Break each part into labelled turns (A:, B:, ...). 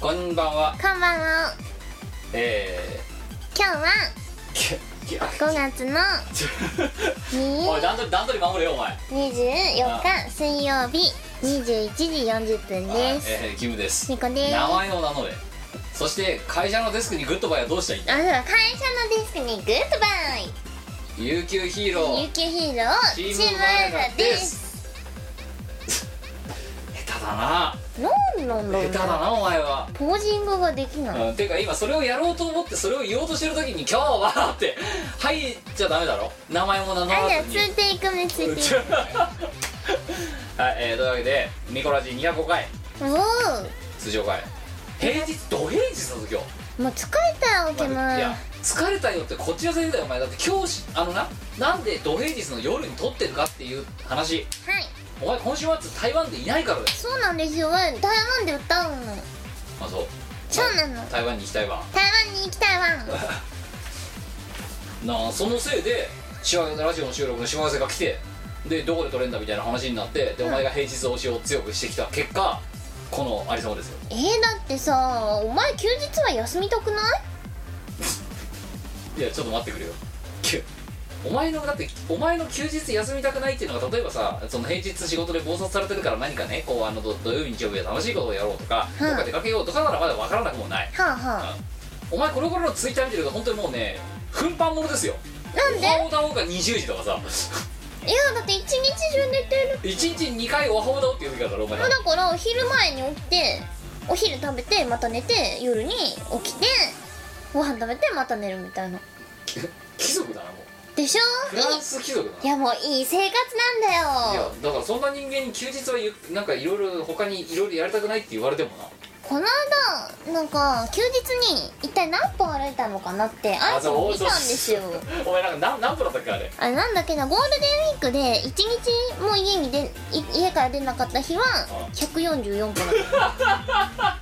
A: こんばんは
B: こんばんは
A: え
B: 今日は
A: ーきき
B: 5月のに
A: おい段取り段取り守れよお前
B: 24
A: あ
B: 日水曜日21時40分で
A: はい
B: す
A: えーキムです
B: ニコです
A: 名
B: あ
A: 前を名乗れそして会社のデスクにグッドバイはどうしたらいいんだ
B: そうだ会社のデスクにグッドバイ
A: 有給ヒーロ
B: 有
A: ー
B: 給ヒーロー
A: チ
B: チ
A: ー
B: ー
A: ム
B: ム
A: ワ
B: ワ
A: イル
B: イル
A: ド
B: ド
A: で
B: ですす
A: 下手だな
B: なんなん
A: 下
B: だ
A: 手だ
B: ろう
A: なお前は
B: ポージングができない
A: うん、てか今それをやろうと思ってそれを言おうとしてる時に「今日は」って入っちゃダメだろ名前も名乗
B: あ
A: ら
B: じゃあ
A: ず
B: ツ
A: に
B: ーテイク目ついて
A: はい、えー、というわけでミコラジ205回
B: お
A: 通常回平日土平日だぞ今日
B: おもう疲れたわけも
A: いや疲れたよってこっちのせいだよお前だって今日しあのななんで土平日の夜に撮ってるかっていう話
B: はい
A: お前今週末台湾でいないからだよ
B: そうなんですよ台湾で歌うの
A: あそう
B: そうなの
A: 台湾に行きたいわ
B: 台湾に行きたいわ
A: なあそのせいでしわラジオの収録の島寄せが来てでどこで撮れんだみたいな話になってでお前が平日推しを強くしてきた結果このありそうですよ
B: えー、だってさお前休日は休みたくない
A: いやちょっと待ってくれよきゅお前のだってお前の休日休みたくないっていうのが例えばさその平日仕事で暴殺されてるから何かねこうあの土土曜日日曜日は楽しいことをやろうとか、
B: うん
A: どっか出かけようとかならまだ分からなくもない
B: はあはあ
A: お前この頃のツイッター見てると本当にもうね奮発ものですよ
B: なんで
A: おはおだおうか20時とかさ
B: いやだって一日中寝てる
A: 1日2回おはおだおうって言う時だからお前
B: もうだからお昼前に起きてお昼食べてまた寝て夜に起きてご飯食べてまた寝るみたいな
A: 貴族だなもう
B: でしょ
A: フランス貴族だ
B: い
A: ない
B: やもういい生活なんだ
A: や
B: よ
A: だからそんな人間に休日はゆなんかいろいろ他にいろいろやりたくないって言われてもな
B: この間なんか休日に一体何歩歩いたのかなってアンジ
A: そう
B: 見たんですよ
A: そう お前なんか何何歩だったっけあれ
B: あれなんだっけなゴールデンウィークで1日も家にでい家から出なかった日は144歩だった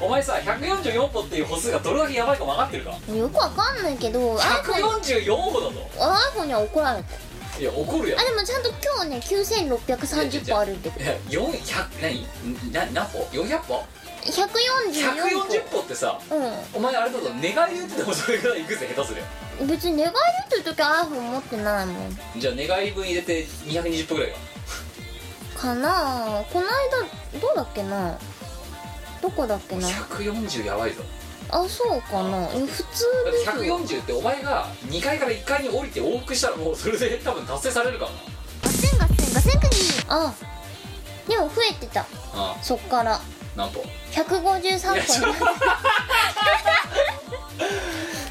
A: お前さ144歩っていう歩数がどれだけやばいか分かってるか
B: よくわかんないけどアイコに
A: 144歩だぞ
B: アイコには怒られた
A: いや怒るやん
B: あでもちゃんと今日ね9630歩歩いてる
A: いや400何な何歩400歩140
B: 144
A: 歩ってさ
B: 歩
A: お前あれだぞ寝返り打っててもそれぐらいいくぜ下手すりゃ
B: うん別に寝返りってる時は iPhone 持ってないもん
A: じゃあ寝返り分入れて220歩ぐらいか
B: かなあこの間どうだっけなどこだっけな
A: 140やばいぞ
B: あそうかないや普通
A: だ
B: です
A: って140ってお前が2階から1階に降りて往復したらもうそれで多分達成されるからな
B: ガセンガセンガセンクニーあでも増えてた
A: あ
B: そっから
A: あ何歩
B: 153歩
A: いやちょ
B: に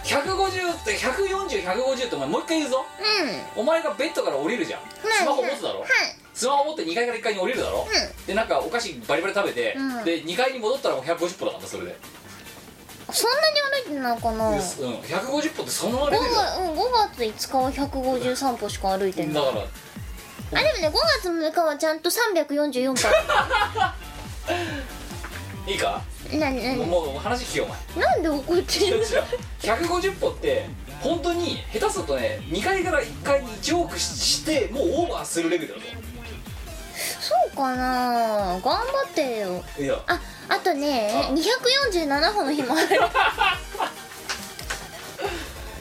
A: 150って140150ってお前もう一回言うぞ
B: うん
A: お前がベッドから降りるじゃんスマホ持つだろ
B: はい
A: スマホ持って2階から1階に降りるだろでなんかお菓子バリバリ食べて、
B: うん
A: で2階に戻ったらもう150歩だからなそれで、
B: そんなに歩いてないかな
A: うん、150歩ってそのレ
B: 5
A: ベルだ
B: 月うん、5月5日は153歩しか歩いてない
A: だ
B: あ
A: から
B: でもね5月6日はちゃんと344
A: いいか、
B: 歩 なにな
A: もう
B: に
A: もう話聞けよお前
B: なんで怒ってるの
A: 150歩って本当に下手するとね2階から1階に1往復してもうオーバーするレベルだと
B: そうかな頑張ってよ
A: いや
B: ああとね
A: あ
B: 247歩の日 もあるはい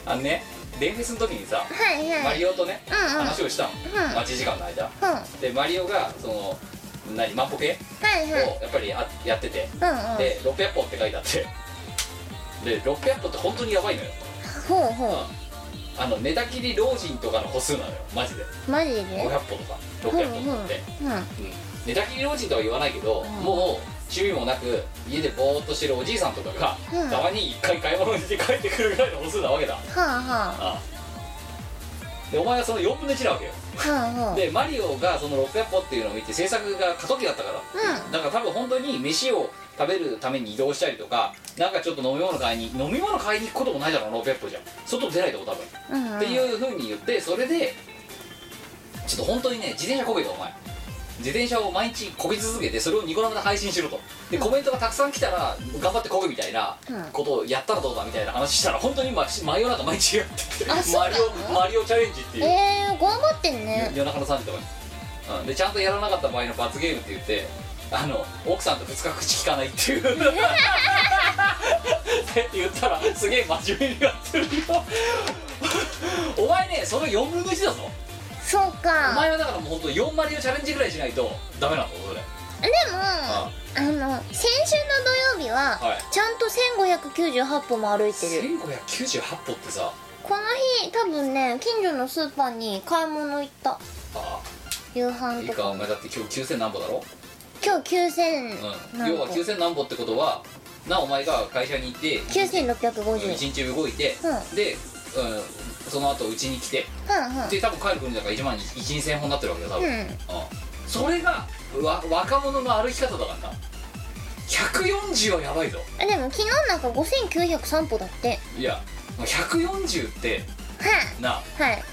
A: あのね電フェスの時にさ
B: は
A: マ
B: い
A: リオとね、
B: うんうん
A: 話をしたの、
B: うん
A: 待ち時間の間
B: うんは
A: でマリオがその何万歩計
B: い
A: を
B: はい
A: やっぱりあやってて
B: うんうん
A: で600歩って書いてあってで600歩って本当にやばいのよ
B: ほうほ
A: あの寝たきり老人とかの歩数なのよマジで
B: うマジで
A: 500歩とか600歩とかって、
B: うんうん
A: うん寝たきり老人とは言わないけど、
B: ん
A: もう趣味もなく家でぼーっとしてるおじいさんとかが、
B: うん
A: たまに1回買い物に行って帰ってくるぐらいの歩数なわけだ
B: はあは
A: ああでお前はその4分の1なわけよ
B: あはあはあ
A: でマリオがその600歩っていうのを見て制作が過渡期だったから
B: う
A: だから多分本当に飯を食べるために移動したりとかなんかちょっと飲み物買いに飲み物買いに行くこともないだろう600歩じゃん外出ないとこ多分、
B: んうん
A: っていうふうに言ってそれでちょっと本当にね自転車こげたお前自転車を毎日こぎ続けてそれをニコ生で配信しろとでコメントがたくさん来たら頑張ってこぐみたいな
B: うん
A: ことをやったらどうだみたいな話したら本当にま真夜中毎日やってて
B: あそう
A: マ
B: な
A: リ
B: の
A: オマリオチャレンジっていう
B: えー、頑張ってん
A: 夜
B: ね
A: 夜中の3時とかに、うん、でちゃんとやらなかった場合の罰ゲームって言ってあの奥さんと2日口聞かないっていう でって言ったらすげえ真面目にやってるよ お前ねその4分の1だぞ
B: そう
A: お
B: か
A: 前はだからもう本当4マリオチャレンジぐらいしないとダメなんだぞそれ
B: でもあの先週の土曜日は、
A: はい
B: ちゃんと1598歩も歩いてる
A: 1598歩ってさ
B: この日多分ね近所のスーパーに買い物行った
A: あ
B: 夕
A: あ
B: 飯
A: いい
B: とか
A: かお前だって今日9000何歩だろ
B: 今日9000
A: うん
B: 何
A: 要
B: 歩
A: は9000何歩ってことはなお前が会社に行って
B: 9650
A: 1日動いて、
B: う
A: で、うん、その後うちに来て
B: う
A: で多分帰る国だから1万12000本になってるわけだ多
B: んう
A: 分、
B: ん
A: うん
B: うん
A: それがわ若者の歩き方だからな140はやばいぞ
B: あでも昨日なんか5903歩だって
A: いや140って
B: は
A: ない
B: はい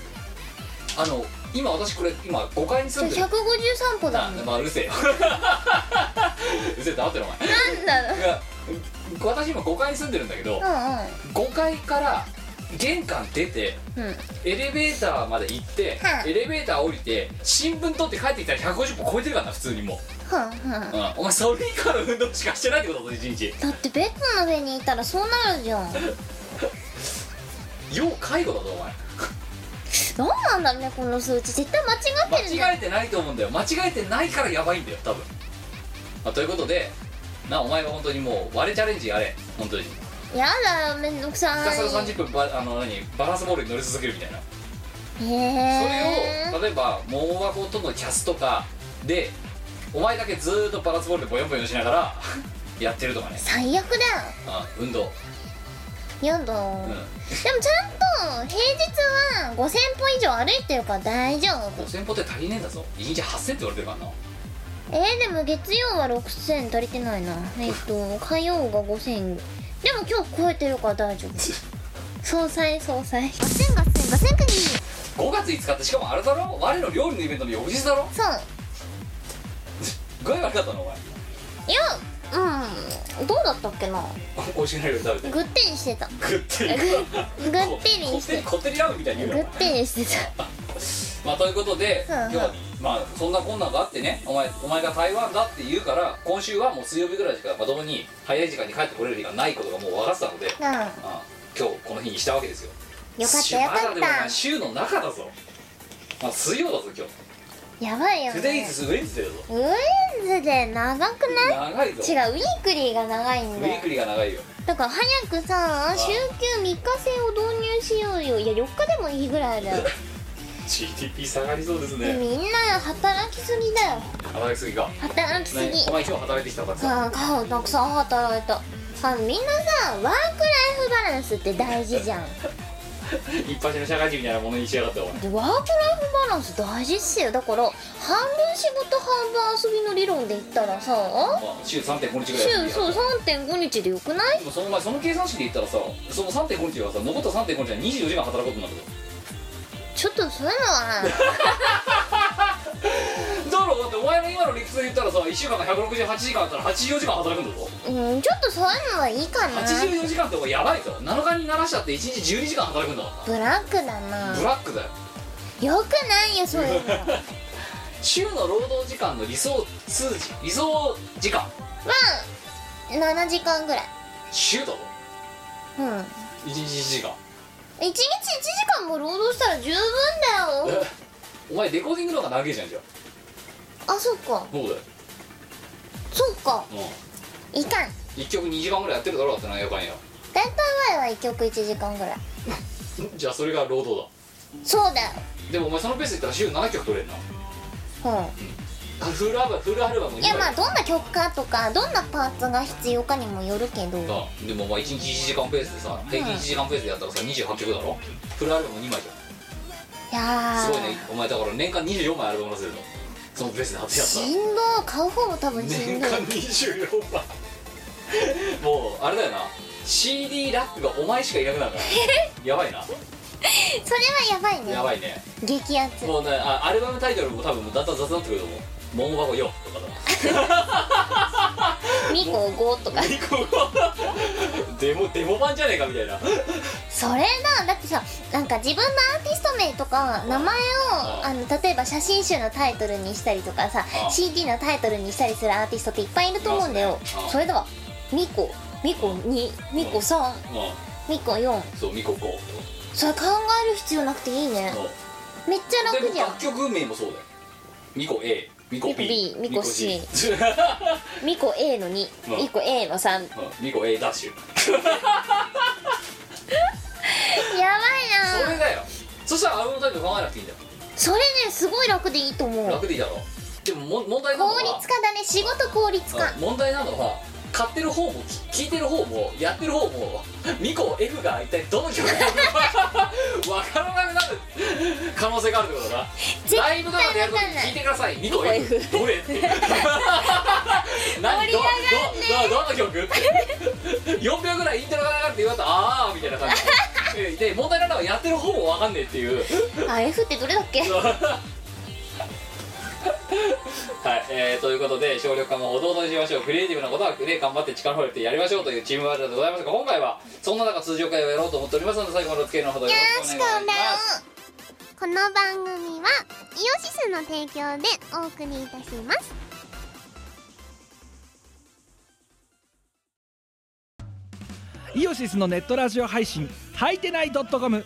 A: あの今私これ今5階に
B: そ
A: 住
B: うん
A: でる
B: 153歩だ
A: な
B: もん
A: まあうるせえよ うるせえってなってるお前
B: なんだろう
A: いや私今5階に住んでるんだけど
B: う
A: 5階から玄関出て
B: んうんうん
A: エレベーターまで行って、
B: はい
A: エレベーター降りて新聞取って帰ってきたら150歩超えてるからな普通にも
B: はんはん
A: う、うん、お前それ以下の運動しかしてないってことだぞ1日
B: だってベッドの上にいたらそうなるじゃんど
A: 要介護だぞお
B: うなんだろうねこの数値絶対間違っ
A: 前
B: てるんじゃ
A: 間
B: ん
A: 違えてないと思うんだよ間違えてないからやばいんだよ多分、まあ、ということでなお前は本当にもう割れチャレンジやれ本当にひ
B: やだよめんどくさい
A: たすら30分ばあの何バランスボールに乗り続けるみたいな
B: へ
A: そ
B: え
A: れを例えば盲学とのキャスとかでお前だけずーっとバランスボールでボヨンボヨンしながらやってるとかね、
B: 最悪だよ
A: うん、運動、
B: やだ、
A: うん
B: でも、ちゃんと平日は5000歩以上歩いてるから大丈夫
A: 5000歩って足りねえんだぞ1日8000って言われてるからな
B: えー、でも月曜は6000足りてないなえっ、と火曜が5000でも今日超えてるから大 丈夫総裁総裁5000が1000が1000国
A: 5月5日ってしかもあれだろ我の料理のイベントの翌日だろ
B: そう
A: 具合悪かったのお前
B: いやうんどうだったっけな
A: 美味しくない料理食べて
B: ぐってりしてた
A: 食って
B: ぐ
A: る
B: ぐってりして
A: こってりラーメンみたいに言う
B: ぐ
A: よ
B: ってりしてた
A: まあということで
B: うんう
A: 今
B: ん
A: 日はまあそんな困難があってねお前お前が台湾だって言うから今週はもう水曜日ぐらいしかまともに早い時間に帰ってこれる日がないことがもう分かってたので
B: うんよ
A: あ今日この日にしたわけですよ
B: かったよ
A: まだでも
B: か
A: な
B: っ
A: 週の中だぞ、まあ、水曜だぞ今日
B: たやばいよ
A: Today
B: ね
A: is Wednesday だぞ
B: ウィンズで長くない
A: 長いぞ
B: 違うウィークリーが長いん
A: ウ
B: だ
A: ィ
B: よ
A: ークリーが長いよ
B: だから早くさ
A: あ
B: 週休3日制を導入しようよいや4日でもいいぐらいだよ
A: GDP 下がりそうですね
B: みんな働きすぎだよ
A: 働きすぎか
B: 働きすぎ
A: ねお前今日働いてきたたくさん
B: さあ顔たくさん働いたあみんなさワークライフバランスって大事じゃん
A: 一発の社会人みたいなものにしやがってお前
B: でワークライフバランス大事っすよだから半分仕事半分遊びの理論で言ったらさ
A: まあ週3.5日ぐらい休み
B: 週
A: や
B: そう3.5日でよくない
A: でもそのお前その計算式で言ったらさその3.5日はさ残った3.5日は24時間働くことになるぞ
B: ちょっとそういうのは
A: だろうだってお前の今の理屈で言ったらさ1週間が168時間あったら84時間働くんだぞ
B: うんちょっとそういうのはいいかな
A: 84時間ってお前やばいぞ7日に鳴らしたって1日12時間働くんだから
B: ブラックだ
A: な
B: な
A: ブラックだよ
B: よくないよそういう のは
A: 週の労働時間の理想数字理想時間
B: 7時間ぐらい
A: 週だぞ
B: うん
A: 1日1時間
B: 1日1時間も労働したら十分だよ
A: お前レコーディングの方が長いじゃんじゃあ
B: あそっか
A: そうだよ、
B: そっか
A: う
B: いかん
A: ん、1曲2時間ぐらいやってるだろうだってなんやかんや
B: 大体前は1曲1時間ぐらい
A: じゃあそれが労働だ
B: そうだよ
A: でもお前そのペースで言ったら週7曲取れるな
B: う
A: あフルアルバムフルアルバム
B: ん
A: 2
B: いやまあどんな曲かとかどんなパーツが必要かにもよるけど
A: あでもまあ1日1時間ペースでさ平均1時間ペースでやったらさ28曲だろフルアルバム2枚じ
B: い
A: ゃ
B: や
A: ん
B: ー
A: すごいねお前だから年間24枚アルバム出せるのそのペースで初やったら
B: しんどい買う方も多分し
A: 年
B: んどい
A: 間24枚もうあれだよな CD ラックがお前しかいなくなるからやばいな
B: それはやばいね
A: やばいね
B: 激アツ
A: もうねあアルバムタイトルも多分もうだんだん雑になってくると思う「桃箱4」と かだ
B: 2個5とか
A: なデモデモ版じゃねえかみたいな
B: それなだってさなんか自分のアーティスト名とか名前を
A: あ
B: あの例えば写真集のタイトルにしたりとかさ
A: あ
B: CD のタイトルにしたりするアーティストっていっぱいいると思うんだよ
A: いますねあ
B: それだわミコミコ2ミコ3
A: う
B: ミコ4
A: んそうミココ
B: それ考える必要なくていいね
A: う
B: めっちゃ
A: んで
B: 楽
A: も
B: じゃん
A: 楽曲名もそうだよミコ A ミコ B
B: ミコ B ミコ C
A: ミコ C
B: ミコ A の2
A: うん
B: ミコ A の3
A: うんミコ A ダッシュ
B: や
A: そ
B: ばい
A: れ
B: な
A: だよそしたらアルバムタイトル考えなくていいんだよ
B: それねすごい楽でいいと思う
A: 楽でいいだろでもも問題なのは
B: 効率化だね仕事効率化
A: うん問題なのは買ってる方もき聞いてる方もやってる方もミコ F が一体どの曲な のかわからなくなる可能性があるってことだ
B: 絶
A: な
B: 対
A: ライブとかでやるとき
B: わかんない
A: 聞いてくださいミコ
B: コ
A: F,
B: F
A: どれっ て何
B: 盛り
A: ど
B: 上が
A: どどどの曲って4秒ぐらいイントロが流れて言われたらああみたいな感 じえで問題なのはやってる方もわかんねえっていう
B: あ F ってどれだっけ
A: はい、えーということで省力化もほどほどにしましょうクリエイティブなことはね頑張って力を入れてやりましょうというチームワールドでございますが今回はそんな中通常会をやろうと思っておりますので最後までお付き合いのほどよろしくお願いします
B: この番組はイオシスの提供でお送りいたします
C: イオシスのネットラジオ配信「はいてない .com」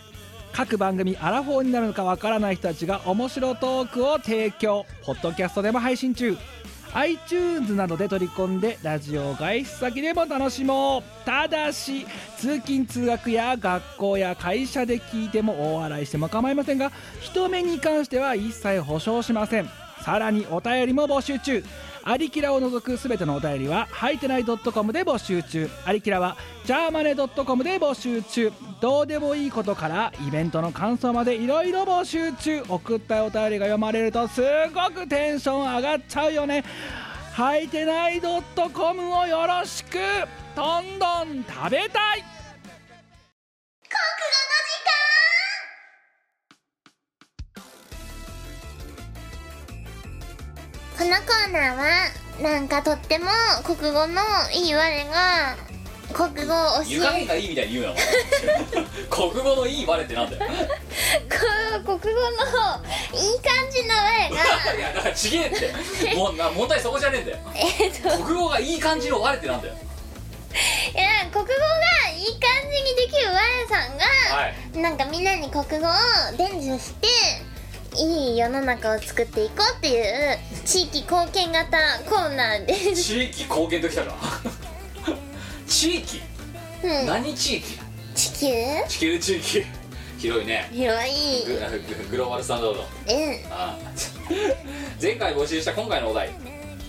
C: 各番組アラフォーになるのかわからない人たちが面白トークを提供ポッドキャストでも配信中 iTunes などで取り込んでラジオを外出先でも楽しもうただし通勤通学や学校や会社で聞いても大笑いしても構いませんが人目に関しては一切保証しませんさらにお便りも募集中アリキラを除くすべてのお便りははいてない .com で募集中アリキラはジャーマネ .com で募集中どうでもいいことからイベントの感想までいろいろ募集中送ったお便りが読まれるとすごくテンション上がっちゃうよねはいてない .com をよろしくどんどん食べたい
B: このコーナーはなんかとっても国語のいい我が国語を
A: 湯
B: 教
A: 加
B: え
A: 減がいいみたいに言うな お前国語のいいバレってなんだよ
B: こう国語のいい感じの我が
A: いやだからちげえってもうな問題そこじゃねえんだよ
B: えっと
A: 国語がいい感じのバレってなんだよ
B: いや国語がいい感じにできる我さんが、
A: はい
B: なんかみんなに国語を伝授していい世の中を作っていこうっていう地域貢献型コーナーです、
A: 地域貢献ときたか地域
B: うん、
A: 何地域
B: 地球
A: 地球地域広いね
B: 広
A: グ
B: い
A: グローバルスタンダード
B: うん
A: あー前回募集した今回のお題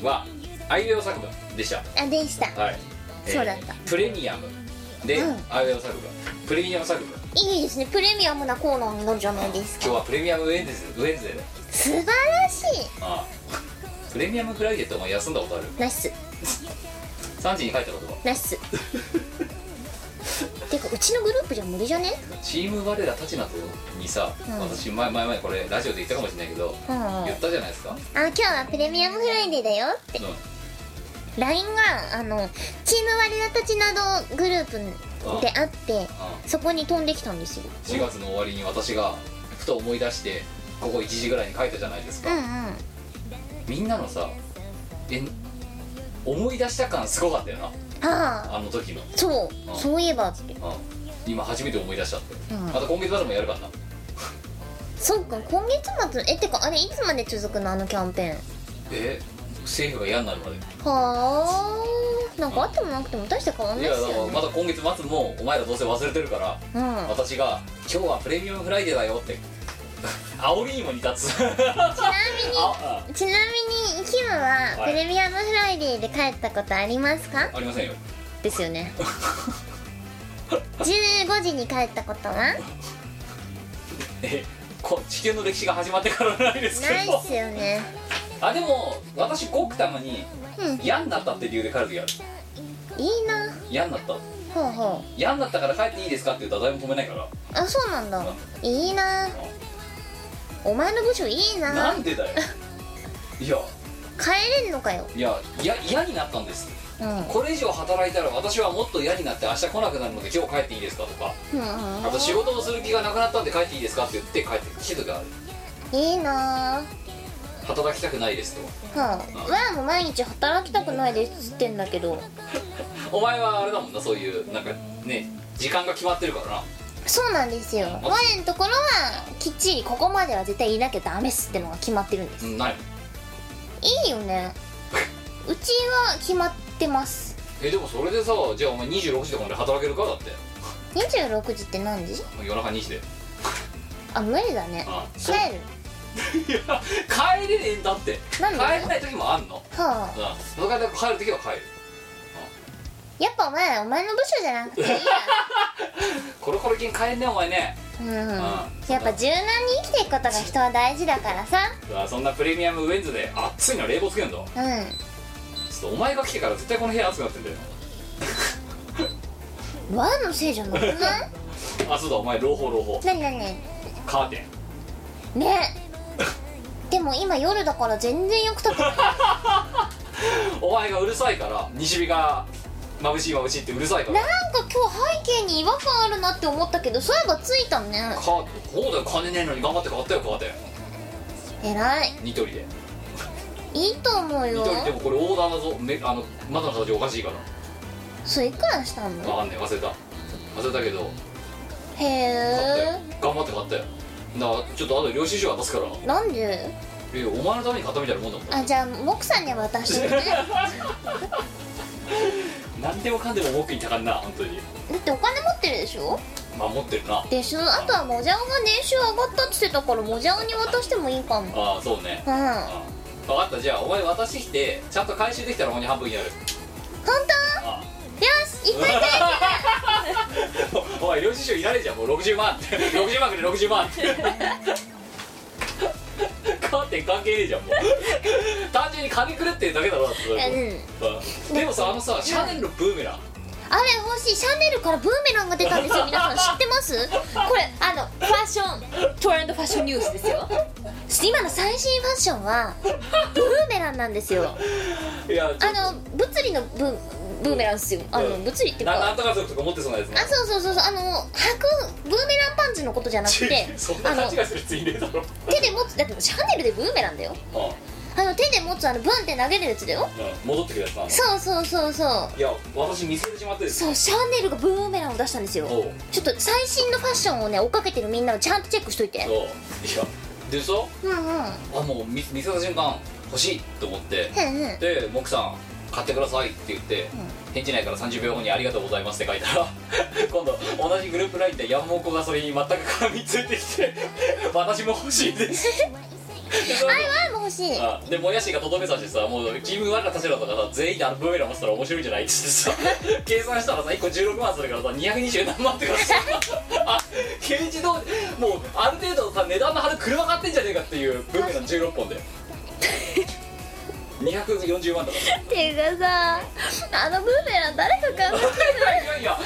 A: は「アイウェオ作文」でし
B: あでした
A: たはい
B: そうだった
A: ープレミアムで、
B: うん
A: アイウェオ作文プレミアム作文今
B: いいですねプレミアムなコーナーになるじゃないです
A: 日
B: か
A: はプレミアムウェンデズウェンズデーだよ
B: 素晴らしい
A: あープレミアムクライデットも休んだことある
B: ナイス
A: 3時に書いた言葉
B: ナイスてかうちのグループじゃ無理じゃね
A: チーム我らたちなどにさ、
B: うん
A: 私前前前これラジオで言ったかもしれないけど、
B: うんあ
A: 言ったじゃないですか、
B: 今日はプレミアムフライデーだよって
A: うん
B: LINE があのチーム我らたちなどグループであって
A: あ
B: そこに飛んできたんですよ
A: 4月の終わりに私がふと思い出してここ1時ぐらいに書いたじゃないです
B: う
A: か、
B: んうん
A: みんなのさえ思い出した感すごかったよな
B: ああ
A: あの時の、
B: そううんそういえばって
A: うん今初めて思い出したって、
B: うん
A: また今月までもやるからな
B: そうか今月末えてかあれいつまで続くのあのキャンペーン
A: え政府が嫌になるまで
B: はあなんかあってもなくても大して変わん
A: い
B: ない
A: や
B: っ
A: だ
B: す
A: か
B: よ
A: ら
B: ね
A: また今月末もお前らどうせ忘れてるから、
B: うん違う
A: 私が「今日はプレミアムフライデーだよ」って 煽りにも似たつ
B: ちなみに
A: あ
B: ちなみにキムは
A: は
B: プ
A: い
B: レミアムフライデーで帰ったことありますか
A: あありませんよ
B: ですよ ね15時に帰ったことはない
A: えこ地球の歴史が始まってからないですけ
B: っ
A: ど
B: すよね
A: あでも私ごくたまに
B: うん
A: 嫌になったって理由で帰る時ある
B: いいな
A: 嫌になった
B: ほうほう
A: 嫌になったから帰っていいですかって言ったら誰も止めないから
B: あそうなんだいいなお前の部署いいな
A: なんでだよいや
B: 帰れんのかよ
A: いやいや嫌になったんです
B: うん
A: これ以上働いたら私はもっと嫌になって明日来なくなるので今日帰っていいですかとかあと仕事をする気がなくなったんで帰っていいですかって言って帰ってくる人がある
B: いいなぁ
A: 働きたくないですと
B: はあ、わあも毎日働きたくないですって言ってんだけど
A: お前はあれだもんなそういうなんかね時間が決まってるからな
B: そうなんですよ我のところはきっちりここまでは絶対いなきゃダメっすってのが決まってるんです
A: うんない
B: いいよねうちは決まってます
A: えでもそれでさじゃあお前26時とかまで働けるかだって
B: 26時って何時
A: 夜中2時で
B: あ無理だね
A: あ
B: 帰
A: そう
B: る
A: いや帰れねえんだって
B: な
A: 帰
B: んで
A: れない時もあんの
B: はあ
A: うんそのから帰る時は帰る
B: やっぱお前お前の部署じゃなくていいや
A: コロコロ金帰んねお前ね
B: うん
A: あ
B: やっぱ柔軟に生きていくことが人は大事だからさ
A: うわそんなプレミアムウェンズで暑いの冷房つけるんだ
B: うん
A: ちょっとお前が来てから絶対この部屋暑くなってんだよ
B: わあのせいじゃなくない
A: あそうだお前朗報朗報
B: なになになに
A: カーテン
B: ねでも今夜だから全然 よくたくない
A: お前がうるさいから西日が眩しい眩しいってうるさいか
B: な
A: ら
B: んか今日背景に違和感あるなって思ったけどそういえばついたね
A: カーテンそうだよ金ねえのに頑張って買ったよカーテ
B: 偉い
A: ンニトリで
B: いいと思う
A: ニ
B: よ
A: トリでもこれオーダーだぞめあの窓の形おかしいから
B: それいくらした
A: わ
B: の
A: かんねえ忘れた忘れたけど
B: へ
A: 買ったよ
B: え
A: 頑張って買ったよだからちょっとあと領収書渡すから
B: なんで
A: いやお前のために買ったみたいなもんだもん
B: あじゃあモクさんには渡 してね
A: 何でもかんでも文句言いたかんな本当に
B: だってお金持ってるでしょ
A: まあ持ってるな
B: でそのあとはもじゃおが年収上がったって言ってたからもじゃおに渡してもいいかも
A: ああそうね
B: うん
A: うん分
B: 本
A: かったじゃあお前渡してきてちゃんと回収できたらお前に半分やるあ
B: 当よしいっぱい返
A: お前領収書いられじゃんもう60万 って60万くれ60万 ってカーテン関係ねえじゃんもう 単純に金くれってだけだろだってそ
B: せ
A: れ
B: るうん
A: うんでもさあのさシャネルのブーメラン
B: あれ欲しいシャネルからブーメランが出たんで すよ皆さん知ってますこれあのファッショントレンドファッションニュースですよ今の最新ファッションはブーメランなんですよ
A: いやちょ
B: あの物理のブーブーメランですよあの物理っていう
A: なな
B: か
A: んとか族とか持ってそうなやつ
B: あ
A: ね
B: そうそうそうそうあの履くブーメランパンツのことじゃなく
A: ち
B: て
A: そんな
B: あ
A: 感
B: の
A: じがするやついねえだろ
B: 手で持つだってシャネルでブーメランだよ
A: うん
B: あの手で持つあのブンって投げるやつだよ
A: うん戻ってくるやつな
B: そうそうそうそう
A: いや私見つけてしまってです
B: そうシャネルがブーメランを出したんですよ
A: おう
B: ちょっと最新のファッションをね追っかけてるみんなをちゃんとチェックしといて
A: そういやでさ
B: うんうんうんうん
A: あもう見見せた瞬間欲しいと思ってで「モクさん買ってください」って言って、返事ないから30秒後に「ありがとうございます」って書いたら 今度同じグループラインでヤンモコがそれに全く絡みついてきて「私も欲しいです」でそ
B: あ
A: れ
B: れ
A: で
B: はもう欲しい
A: あでもやしがとどめさしてさもうチーム我らたちらとかさ全員であのブーメラン持ってたら面白いんじゃないって 言ってさ計算したらさ1個16万するからさ220何万ってからさあ軽自動もうある程度さ値段の張る車買ってんじゃねえかっていうブーメラン16本で240万だから
B: ていうかさあのブーメラン誰か 買う
A: いやいやいや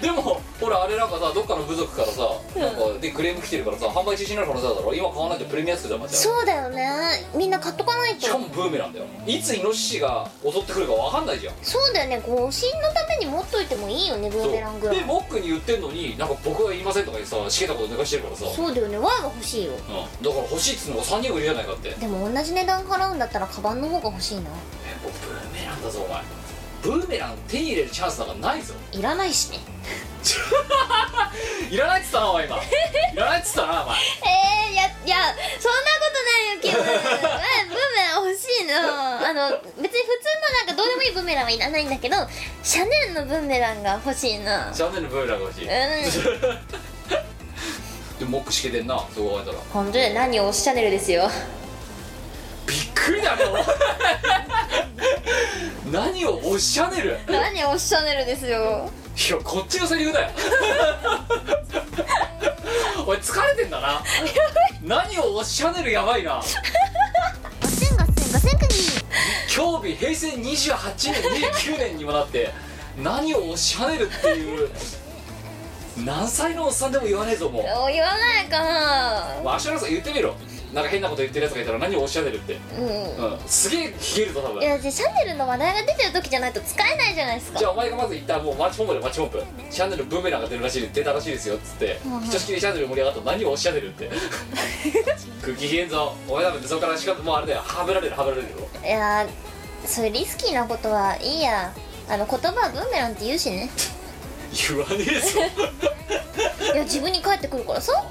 A: でもほらあれなんかさどっかの部族からさ、なんかでクレーム来てるからさ販売中止になる可能性あるだろ今買わないとプレミアつくじゃんまちゃん
B: そうだよねみんな買っとかない
A: しか
B: と
A: もブーメランだよいつイノシシが襲ってくるかわかんないじゃん
B: そうだよね護身のために持っといてもいいよねブ
A: そ
B: ー
A: う
B: メランぐらい
A: でモックに言ってんのになんか僕は言いませんとかにさしけたこと抜かしてるからさ、うん、だか
B: そうだよねワイが欲しいよ
A: ら欲しいっつうのが3人もいるじゃないかって
B: でも同じ値段払うんだったらカバンの方が欲しいな
A: 僕ブーメランだぞお前ブーメラン手に入れるチャンスなんかないぞ
B: いらないしね
A: いらないっつったなお前今いらないっつったなお前
B: えー、いやいやそんなことないよキムブーメラン欲しいなあの別に普通のなんかどうでもいいブーメランはいらないんだけどシャネルのブーメランが欲しいな
A: シャネルのブーメランが欲しい
B: うん
A: でモックしけてんなそう考えたら
B: 本当に何をおっしゃねるですよ
A: びっくりだねお前何をおっしゃねるいや
B: 何をおっしゃねるですよ
A: こっちのセリフだよ おい疲れてんだな何をおっしゃねるやばいな
B: ガセンガセンガセンクニ
A: 今日日平成28年29年にもなって何をおっしゃねるっていう何歳のおっさんでも言わねえぞもう
B: ーお言わないかな
A: わしらさん言ってみろなんか変なこと言ってるやつがいたら何をおっしゃれるって、
B: うん
A: うん、すげえ冷えるぞ多
B: い
A: 分
B: やじゃあシャネルの話題が出てる時じゃないと使えないじゃないですか
A: じゃあお前がまず言ったもうマッチポンプでマッチポンプシャネルブーメランが出るらしい出たらしいですよっつって
B: うんうん
A: ひとしきりシャネル盛り上がったら何をおっしゃれるって空気冷えんぞお前多分そこからしかもうあれだよはぶられるはぶられるよ
B: いやーそういうリスキーなことはいいやあの言葉はブーメランって言うしね
A: 言わねえぞ
B: いや自分に返ってくるからさ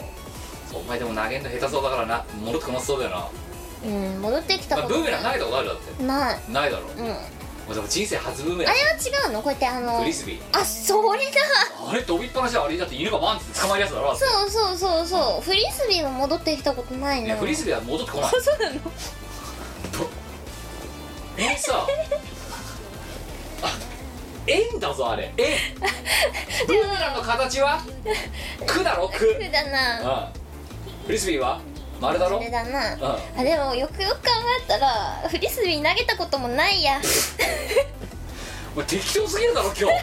A: お前でも投げんの下手そうだからな戻ってこなさそうだよな、
B: うん戻ってきた
A: まあ
B: こ
A: ブ
B: と
A: ーメラン投げたことあるだって
B: ない
A: ないだろ
B: うんあれは
A: お前でも人生初ブーメラン
B: 違うのこうやってあの
A: フリスビー
B: あそれだ
A: あれ飛びっぱなしだあれだって犬がバンって捕まえるやつだろだって
B: そうそうそうそうフリスビーも戻ってきたことない
A: いや
B: な
A: フリスビーは戻ってこない
B: あそうなの
A: えさあ円だぞあれ円ブーメランの形はくだろく
B: それだな
A: うんフリスビーは丸だろ
B: それだな
A: うん
B: あでもよくよく考えたらフリスビー投げたこともないや
A: お前適当すぎるだろ今日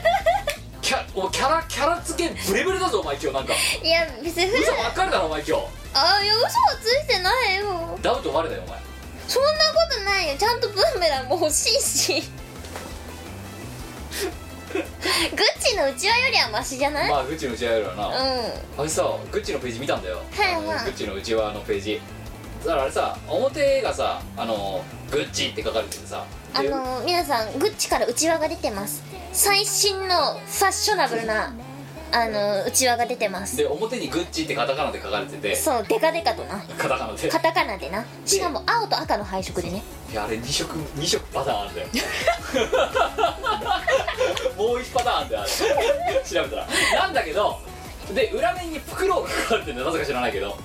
A: キャお前キャラキャラ付けブレブレだぞお前今日なんか
B: いや別にフリ
A: 嘘ばっかりだろお前今日
B: あいや嘘はついてないよ
A: ダブと我だよお前
B: そんなことないよちゃんとブーメランも欲しいし グッチのうちわよりはマシじゃない、
A: まあグッチのうちわやるわな、
B: う
A: あれさグッチのページ見たんだよ、
B: はいはい
A: あのグッチのうちわのページだからあれさ表がさあのグッチって書かれててさで
B: んあの皆さんグッチからうちわが出てます最新のファッショナブルなあのうちわが出てます
A: で表にグッチってカタカナで書かれてて
B: そうデカデカとな
A: カタカナで
B: カタカナでなしかも青と赤の配色でね
A: いやあれ2色二色パターンあるんだよ もう1パターンあるんだよあれ調べたらなんだけどで裏面に袋が書かれてるんだよなぜか知らないけど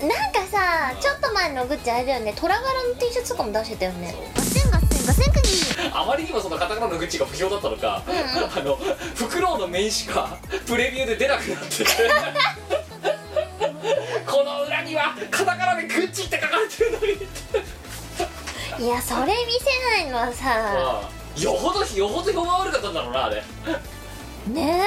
B: なんかさちょっと前のグッチあれだよね虎柄の T シャツとかも出してたよねガセンガセンガセンクニー
A: あまりにもそのカタカナのグッチが不評だったのか、
B: う
A: あの袋の面しかプレビューで出なくなって てこの裏にはカタカナでグッチって書かれてるのに
B: いやそれ見せないのはさ
A: よほどよほど評判悪かったんだろうなあれ
B: ね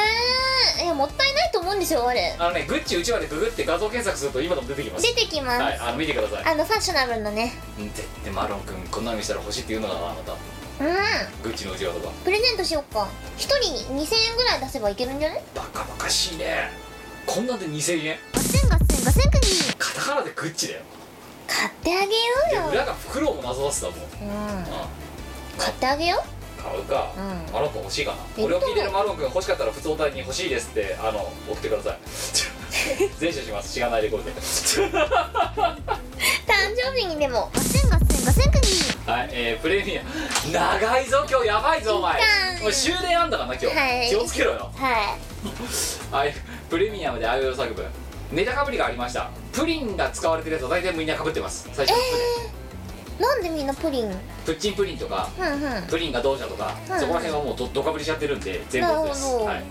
B: えいやもったいないと思うんですよあれ
A: あのねグッチうちわでググって画像検索すると今でも出てきます
B: 出てきます、
A: はいあの見てください
B: あのファッショナブルのね
A: うんてってマロン君こんなの見せたら欲しいって言うのかなあなた
B: うん
A: グッチのうちわとか
B: プレゼントしよっか1人2000円ぐらい出せばいけるんじゃない
A: バカバカしいねこんなんで2000円
B: ガセンガセンガセンクニー
A: カタカナでグッチだよ
B: 買ってあげ
A: で
B: ようよ
A: 裏が袋も謎だってたもん
B: うん
A: うん
B: 買ってあげよ
A: 買うか、
B: うん
A: マロン君欲しいか
B: え
A: な俺を聞いてるマロン君欲しかったら普通お便りに欲しいですってあの送ってくだ さい全処します知らないレコードで
B: う誕生日にでもガセンガセンガセンクニ ー
A: はいえー、プレミア長いぞ今日やばいぞお前
B: いかん
A: お前終電あんだからな今日、
B: はい
A: 気をつけろよ
B: はい
A: はいプレミアムであいうえお作文ネタかぶりがありましたプリンが使われてるやつは大体みんなかぶってます最初の
B: なんでみんなプリンうんうん
A: プッチンプリンとかプリンがどうしたとか、
B: うん
A: そこら辺はもうどどかぶりしちゃってるんで全部です
B: なるほど
A: はい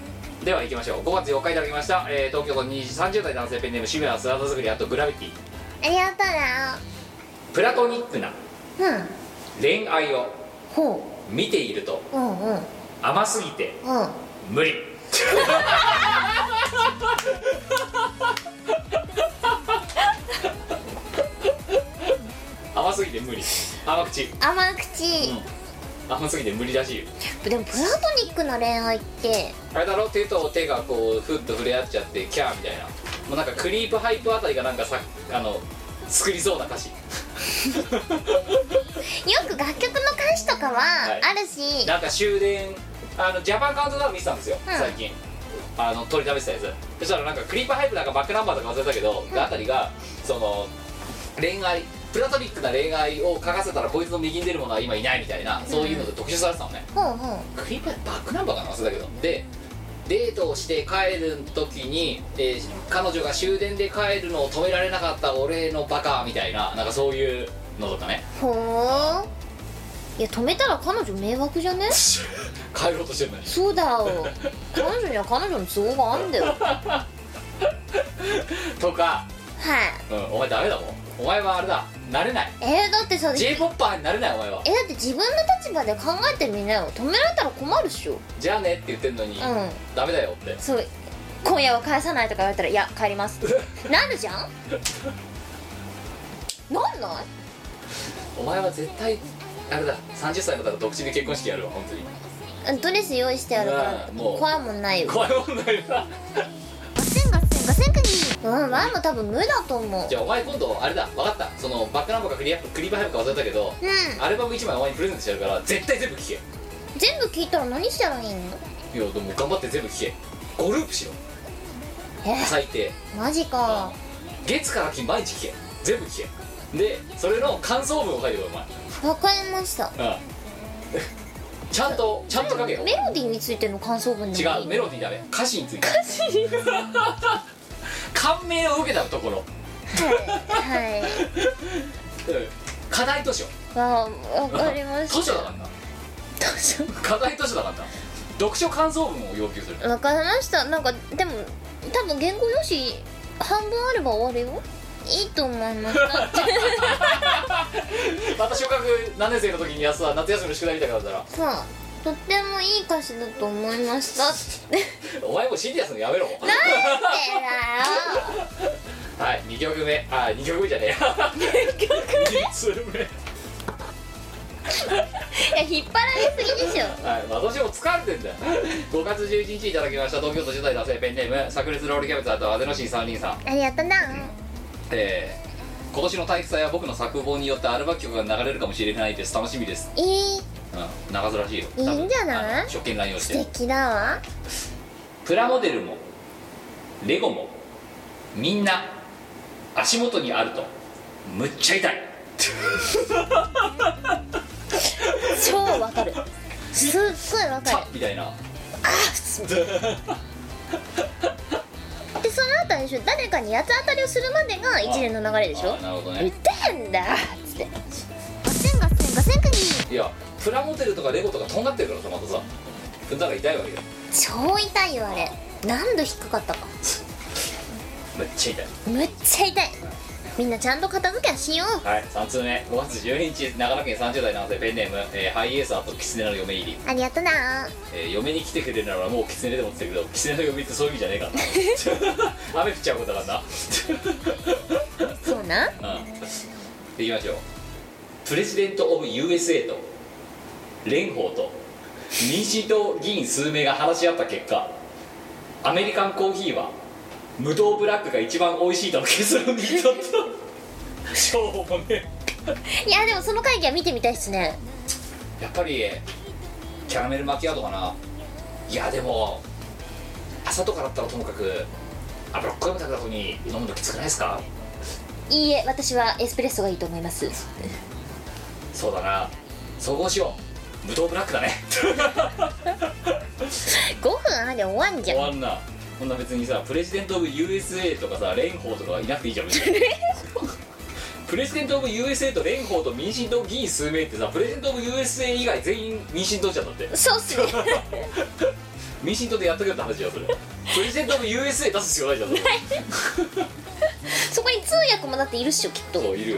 A: では行きましょう5月4日いただきました、えー東京都20 30代男性ペンネーム渋谷スラダ作りあとグラビティ
B: ありがとう
A: プラトニックな
B: なうん
A: 恋愛を
B: ほ
A: 見ていると
B: ううんうんうん
A: 甘すぎて無理甘すぎて無理甘口
B: 甘口、
A: 甘すぎて無理らしいよ
B: でもプラトニックな恋愛って
A: あれだろ手と手がこうふっと触れ合っちゃってキャーみたいなもうなんかクリープハイプあたりがなんかさあの作りそうな歌詞
B: よく楽曲の歌詞とかは
A: はい
B: あるし、
A: なんか終電あのジャパンカウントダウン見てたんですよ、
B: うん
A: 最近あの取り食べてたやつそしたらなんかクリーパーハイプなんかバックナンバーとか忘れたけど、あたりがその恋愛プラトニックな恋愛を書かせたらこいつの右に出るものは今いないみたいなそういうので特集されてたのね、
B: ほうほう
A: クリーパーバックナンバーかな忘れたけどでデートをして帰る時に、えー彼女が終電で帰るのを止められなかった俺のバカみたいななんかそういうのとか ね
B: ほういや止めたら彼女迷惑じゃね
A: 帰ろうとしてるのに
B: そうだよ彼女には彼女の都合があるんだよはい
A: とか、うん、お前ダメだもんお前はあれだなれない
B: えー、だってさ
A: j
B: え
A: p o p になれないお前は
B: ーだって自分の立場で考えてみなよ止められたら困るっしょ
A: じゃあねって言ってんのに、
B: うん
A: ダメだよって
B: そう 今夜は返さないとか言われたらいや帰りますなるじゃんなんない
A: お前は絶対あれだ30歳の方が独身で結婚式やるわ本当に
B: うんドレス用意してあるか
A: う
B: ら
A: わもう
B: 怖いもんないよ
A: 怖い問題だ
B: ガセンガセンガセンクニーうん前も多分無だと思う
A: じゃあお前今度あれだ分かったそのバックナンバーかクリアクリーバーハイブか忘れたけど
B: うん
A: アルバム1枚お前にプレゼントしてやるから絶対全部聞
B: 全部聞いたら何したらいいの
A: けいやでも頑張って全部聞け5ループしろ
B: え
A: 最低
B: マジか
A: 月から金毎日聞け全部聞けでそれの感想文を書いてこいお
B: わかりました
A: 前うんちゃんとちゃんと書けよ
B: メロディーについての感想文でもい
A: 違う
B: い
A: メロディーだめ歌詞について感銘を受けたところ、
B: はいはい
A: うん課題図書
B: わわかり ま
A: 図
B: し
A: 書だ
B: た
A: からな課題図書だからな読書感想文を要求する
B: わかりましたなんかでも多分言語用紙半分あれば終わるよいいと思いますだって
A: また小学何年生の時にやつは夏休みの宿題みたいなのだった
B: さあとってもいい歌詞だと思いましたって
A: らお前もうシリアスのやめろ
B: だよ
A: はい2曲目あ二2曲目じゃねえ2曲目3
B: いや引っ張られすぎでしょ
A: 目はい私も疲れてんだよ5月11日いただきました東京都10代男性ペンネーム炸裂ロールキャベツあとアデノシン3人さん
B: ありがとうな
A: えー今年の体育祭は僕の作法によってアルバ曲が流れるかもしれないです楽しみです、
B: えー、
A: うん、流すらしいよ
B: いいんじゃない
A: 多分あの職権乱用し
B: 素
A: て
B: 敵だわ
A: プラモデルもレゴもみんな足元にあるとむっちゃ痛い
B: 超わかるすっごいわか
A: さ
B: る
A: っみたいな
B: でその後あれでしょ誰かに八つ当たりをするまでが一連の流れでしょ
A: あーなるほど
B: 言っ
A: ね
B: てんだつってガセンガセンガセンクニー
A: いやプラモデルとかレゴとかとんがってるからさまたさだから痛いわけよ
B: 超痛いよあれ何度低かったか
A: むっちゃ痛い
B: むっちゃ痛いみんなちゃんと片付けはしよう
A: はい3通目5月12日長野県30代男性ペンネーム、えーハイエーサーとキツネの嫁入り
B: ありがとうな
A: えー嫁に来てくれるならもう狐でもって言ってるけど狐の嫁ってそういう意味じゃねえからな雨降っちゃうことだから
B: そうな
A: なうんでいきましょうプレジデント・オブ・ USA と蓮舫と民進党議員数名が話し合った結果アメリカンコーヒーは無糖ブラックが一番美味しいとの結論に至ったしょうもね
B: いやでもその会議は見てみたいっすね
A: やっぱりキャラメルマキアートかないやでも朝とかだったらともかくあブロッコリーも食べた後に飲むのきつくないですか
B: いいえ私はエスプレッソがいいと思います
A: そうだな総合しよう無糖ブラックだね
B: 5分あで終わんじ
A: 終
B: ゃん
A: わんなこんな別にさプレジデント・オブ・ USA とかさ蓮舫とかいなくていいじゃん別にプレジデント・オブ・ USA と蓮舫と民進党議員数名ってさプレジデント・オブ・ USA 以外全員民進党じゃんだって
B: そうっすね
A: 民進党でやっとけよって話じゃんそれプレジデント・オブ・ USA 出す必要ないじゃんそれ
B: そこに通訳もだっているっしょきっと
A: そういるよ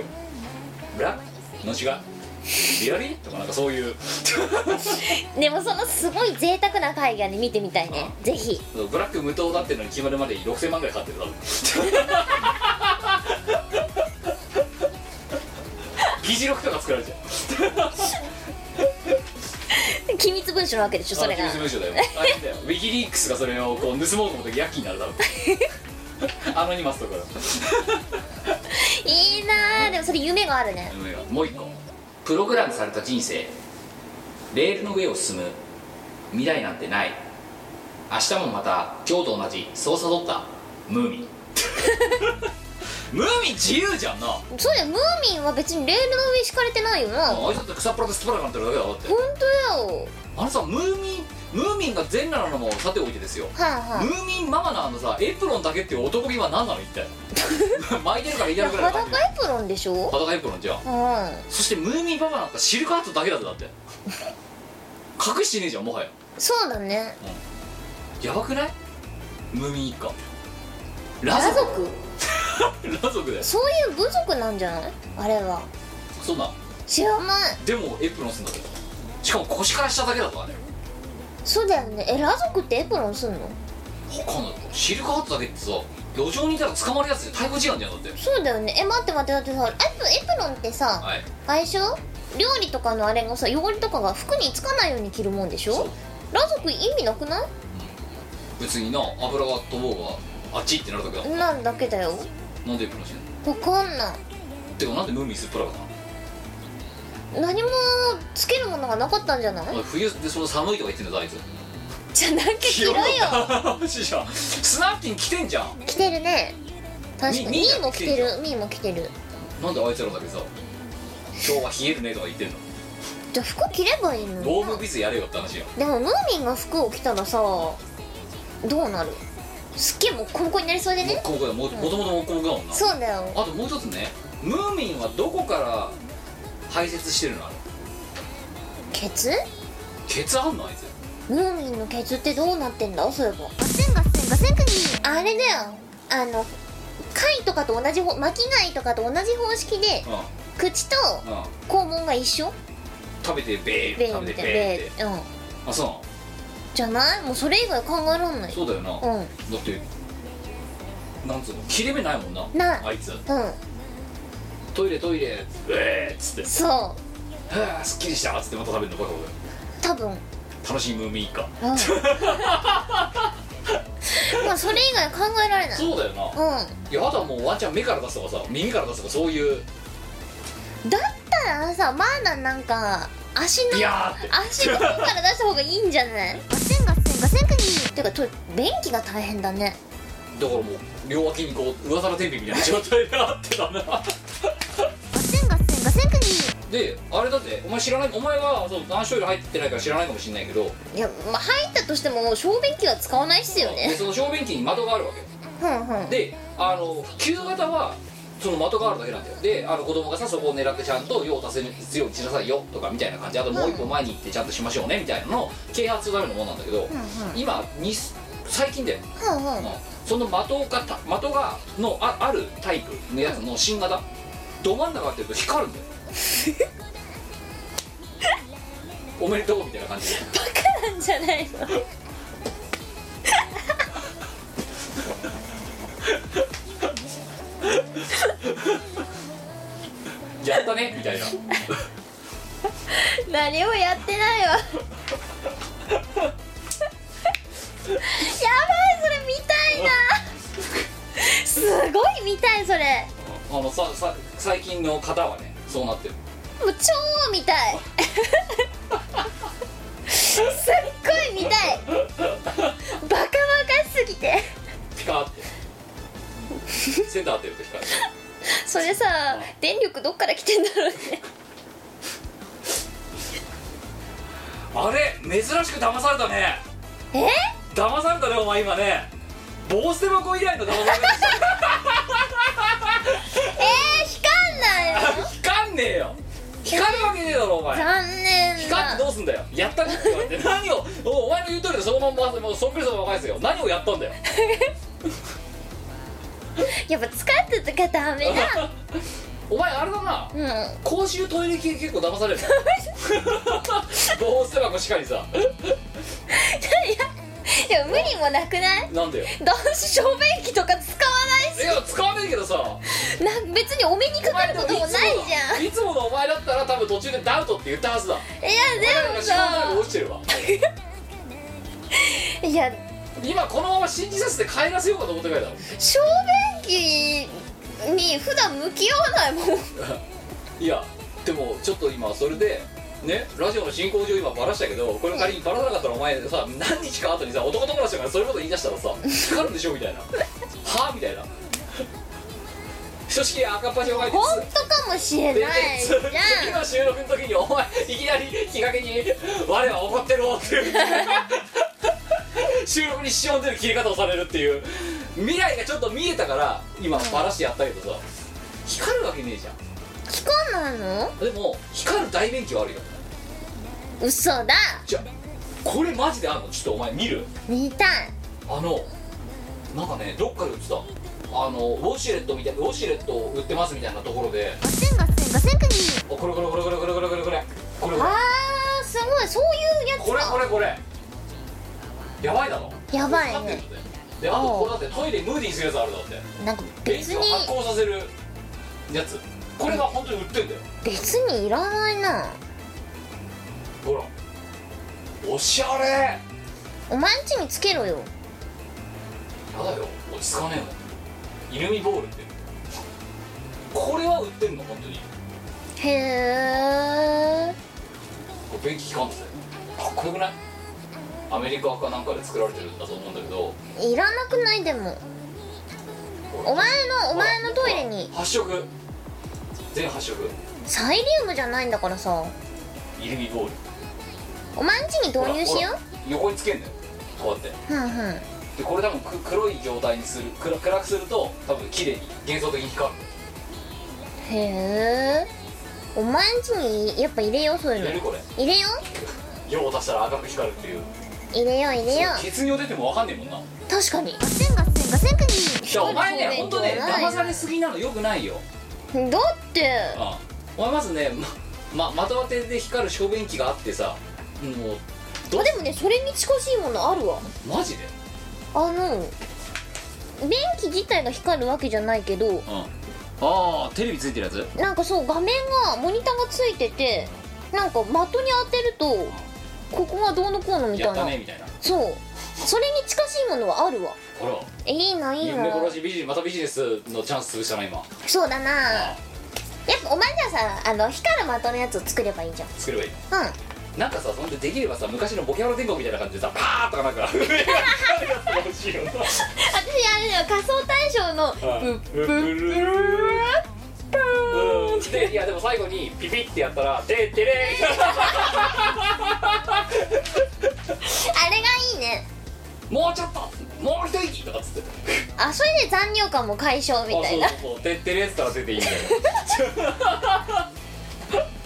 A: ブラのしがリアリとかなんかそういう
B: でもそのすごい贅沢な会議はね見てみたいねぜひ
A: ブラック無糖だってのに決まるまでに6000万ぐらいかかってる多分議事録とか作られちゃう
B: 機密文書なわけでしょそれが
A: あの機密文書だよあれだよウィキリークスがそれをこう盗もうと思ってヤッキーになる多 分アノニマスとかだ
B: いいなーでもそれ夢があるね
A: もう一個プログラムされた人生レールの上を進む未来なんてない明日もまた今日と同じそう悟ったムーミン ムーミン自由じゃんなあ
B: そうだよムーミンは別にレールの上敷かれてないよな本
A: いつだって草っぱらでスパラになってるだけだろだって
B: 当だよ
A: あのさムーミンムーミンが全裸なのもさておいてですよ
B: はい
A: ム
B: はい
A: ーミンママのあのさエプロンだけっていう男気は何なの一体 巻いてるから
B: い
A: 嫌
B: や
A: なくらい
B: 裸
A: の感じ
B: エプロンでしょ
A: 裸エプロンじゃん
B: うん
A: そしてムーミンパパなんかシルクハットだけだぞだって隠してねえじゃんもはや
B: そうだね
A: やばくないムーミン一家ラ
B: 家
A: 族
B: 族
A: ラ族だよ
B: そういう部族なんじゃないあれは
A: そんな
B: 知らない
A: でもエプロンすんだけどしかも腰から下だけだからね
B: そうだよねえ裸族ってエプロンすんの
A: 他のシルクハットだけってさ路上にいたら捕まるやつで逮捕事案じゃんだって
B: そうだよねえ待って待ってだってさエプエプロンってさ、
A: はい
B: あれでしょ料理とかのあれがさ汚れとかが服につかないように着るもんでし
A: そう
B: ょ裸族意味なくな
A: 別にな油が飛ぼうがあっちってなるだけだも
B: いなんだけだよ
A: んなんでエプロンしてんの
B: わかんない
A: てかなんでムーミンすっぱらかな
B: 何もつけるものがなかったんじゃない
A: お前冬でその寒いとか言ってんだぞあいつ
B: じゃなきゃ着ろ よ
A: マジじゃんスナッキン着てんじゃん
B: 着てるね確かに
A: み
B: ミ
A: みー
B: ー
A: も
B: も
A: 着
B: 着
A: て
B: て
A: る
B: るミーも着てる
A: なんであいつらだけさ今日は冷えるねとか言ってんの
B: じゃあ服着ればいいの
A: ロ
B: に
A: ー
B: な
A: ブビズやれよって話や
B: でもムーミンが服を着たらさどうなるすっげえもうコンコンになりそうでね
A: 木工がももともと木工だもんな
B: そうだよ
A: あともう一つねムーミンはどこから排泄してるのあれ
B: ケツ
A: ケツあんのあいつ
B: ムーミンのケツってどうなってんだそういえばガセンガセンガセンクニーあれだよあの貝とかと同じほ巻き貝とかと同じ方式で
A: うん
B: 口と
A: うん
B: 肛門が一緒
A: 食べてベー
B: ベー
A: 食
B: み
A: べ
B: た
A: てベ
B: いな
A: ーって
B: ベーうん
A: あそうなの
B: じゃないもうそれ以外考えらんない
A: そうだよな、だ
B: うん
A: ってなんつうの切れ目ないもんな
B: ない
A: あいつ
B: うん
A: トイレトイレえーっつって
B: そ
A: はあすっきりしたっつってまた食べるのバカバカ
B: う多分うん
A: 楽しいムーミン一家
B: まあそれ以外考えられない
A: そうだよな、
B: う
A: いやあとはもうワンちゃん目から出すとかさ耳から出すとかそういうん
B: だったらさまだなんか足の
A: ビヤーって
B: 足の方から出した方がいいんじゃないガセンガセンガセンクニーてかと便器が大変だね
A: だからもう両脇にこう上皿天秤みたいな状態になってたな
B: ガセンガセンガセンクニ ー
A: であれだってお前知らないお前はそう男子トイレ入ってないから知らないかもしれないけど
B: いやまあ入ったとしてももう小便器は使わないっすよ
A: で
B: ね
A: その小便器に窓があるわけよ
B: ふんふん
A: であの旧型はその的があるだけなんだよであの子供がさそこを狙ってちゃんと用を足せる必要にしなさいよとかみたいな感じあともう一歩前に行ってちゃんとしましょうねみたいなのを啓発するためのものなんだけど、
B: んう
A: 今に最近だよ、
B: ふんふん
A: その的がた的がのああるタイプのやつの新型ど真ん中ってると光るんだよ おめでとうみたいな感じで
B: バカなんじゃないの
A: やったねみたいな
B: 何もやってないわやばいそれ見たいなすごい見たいそれ
A: あのささ最近の方はねそうなってる
B: もう超見たいすっごい見たいバカバカしすぎて
A: ピカーってセンター当てると光る
B: それさ電力どっから来てんだろうね
A: あれ珍しく騙されたね
B: え
A: 騙されたねお前今ね棒捨て箱以来の騙された
B: えー、光んないの
A: 光んねえよ光るわけねえだろお前
B: 残念
A: 光っ
B: だ
A: てどうすんだよやったねって言われて何をおお前の言う通りでそのまんまもうそっくりそのまま返すよ何をやったんだよ
B: やっぱ使ってとかダメだ
A: お前あれだな
B: うん
A: 公衆トイレ系結構騙されるな棒捨て箱しかりさ
B: いや無理もなくない
A: なんだよ
B: 男子小便器とか使わな
A: い
B: い
A: や使わねえけどさ
B: しな別にお目にかかることもないじゃん
A: いつものお前だったら多分途中でダウトって言ったはずだ
B: い
A: なんか
B: や
A: 白
B: で
A: の
B: も
A: 落ちてるわ
B: さいや
A: 今このまま信じさせて帰らせようかと思って帰ったの
B: 小便器に普段向き合わないもん
A: いやでもちょっと今それでねラジオの進行上今バラしたけどこれ仮にバラさなかったらお前さ何日か後にさ男友達とかそういうこと言い出したらさかかるんでしょみたいなはあみたいな正直赤っ端を入って
B: 本当かもしれない
A: で
B: じ
A: 次
B: ゃん
A: の収録の時にお前いきなり日陰に「我は怒ってろ」っていう収録に支障出る切り方をされるっていう未来がちょっと見えたから今バラしてやったけどさ光るわけねえじゃん
B: 聞こえないの
A: でも光る大便器はあるよ
B: 嘘だ
A: じゃあこれマジであるのちょっとお前見る
B: 見たい
A: あのなんかねどっかで売ってたあのウォシュレットみたいなウォシュレットを売ってますみたいなところで
B: ガセンガセンガセンクニー
A: おこれこれこれこれこれこれこれこれこれこれ
B: あーすごいそういうやつ
A: これこ
B: か
A: れこれやばいだろ
B: やばいね
A: 光ってんだよであとこれだってトイレムーディーにするやつあるだって
B: なんか
A: 便
B: 別
A: 器を発
B: に
A: 酵させるやつこれが本当に売ってんだよ
B: 別にいらないな
A: ほらおしゃれや
B: お前んちにつけろよ
A: だよ落ち着かねえのイルミボールってこれは売ってんの本当に
B: へえ
A: これ便器機関ですよかっこよくないアメリカかなんかで作られてるんだと思うんだけど
B: いらなくないでもお前のお前のトイレに
A: 発色全発色
B: サイリウムじゃないんだからさ
A: イルミボール
B: お前んちに導入しよ
A: ほら横につけんだよこうやって
B: うふんふん
A: でこれ多分く黒い状態にする暗暗くすると多分綺麗に幻想的に光る
B: へえお前んちにやっぱ入れようそういう
A: やる
B: の
A: これ
B: 入れよ
A: 用を足したら赤く光るっていう
B: う入れよう入れよう
A: 血尿出てもわかんねえもんな
B: 確かにガッセンガッセンガッセンクニ
A: いやお前ね本当ね騙さ
B: だ
A: れすぎなのよくないよ、
B: って
A: うん、お前まずねまままとわてで光る小便器があってさもうど
B: あでもねそれに近しいものあるわ
A: マジで
B: あの便器自体が光るわけじゃないけど
A: うんああテレビついてるやつ
B: なんかそう画面がモニターがついててなんか的に当てるとここがどうのこうのみた
A: や
B: い
A: った
B: な
A: ねみたいな
B: そうそれに近しいものはあるわ
A: ほら
B: えいいな
A: 「
B: いいな
A: 夢殺しビジネスまたビジネスのチャンス潰したな今
B: そうだなやっぱお前じゃあさあの光る的のやつを作ればいいじゃん
A: 作ればいい
B: うん
A: なんかさそんでできればさ昔のボキャブラ天国みたいな感じでさパーッとかなんか上が光るやつが欲しいよな
B: 私あれだよ仮想大賞の
A: うん
B: ブッブッブッブーン
A: でいやでも最後にピピってやったら「てってれ
B: あれがいいね
A: ー」もうちょっともう一息とかっつって
B: あそれで残尿感も解消みたいな
A: あそうそうそうてってれーっつったら出ていいんだよ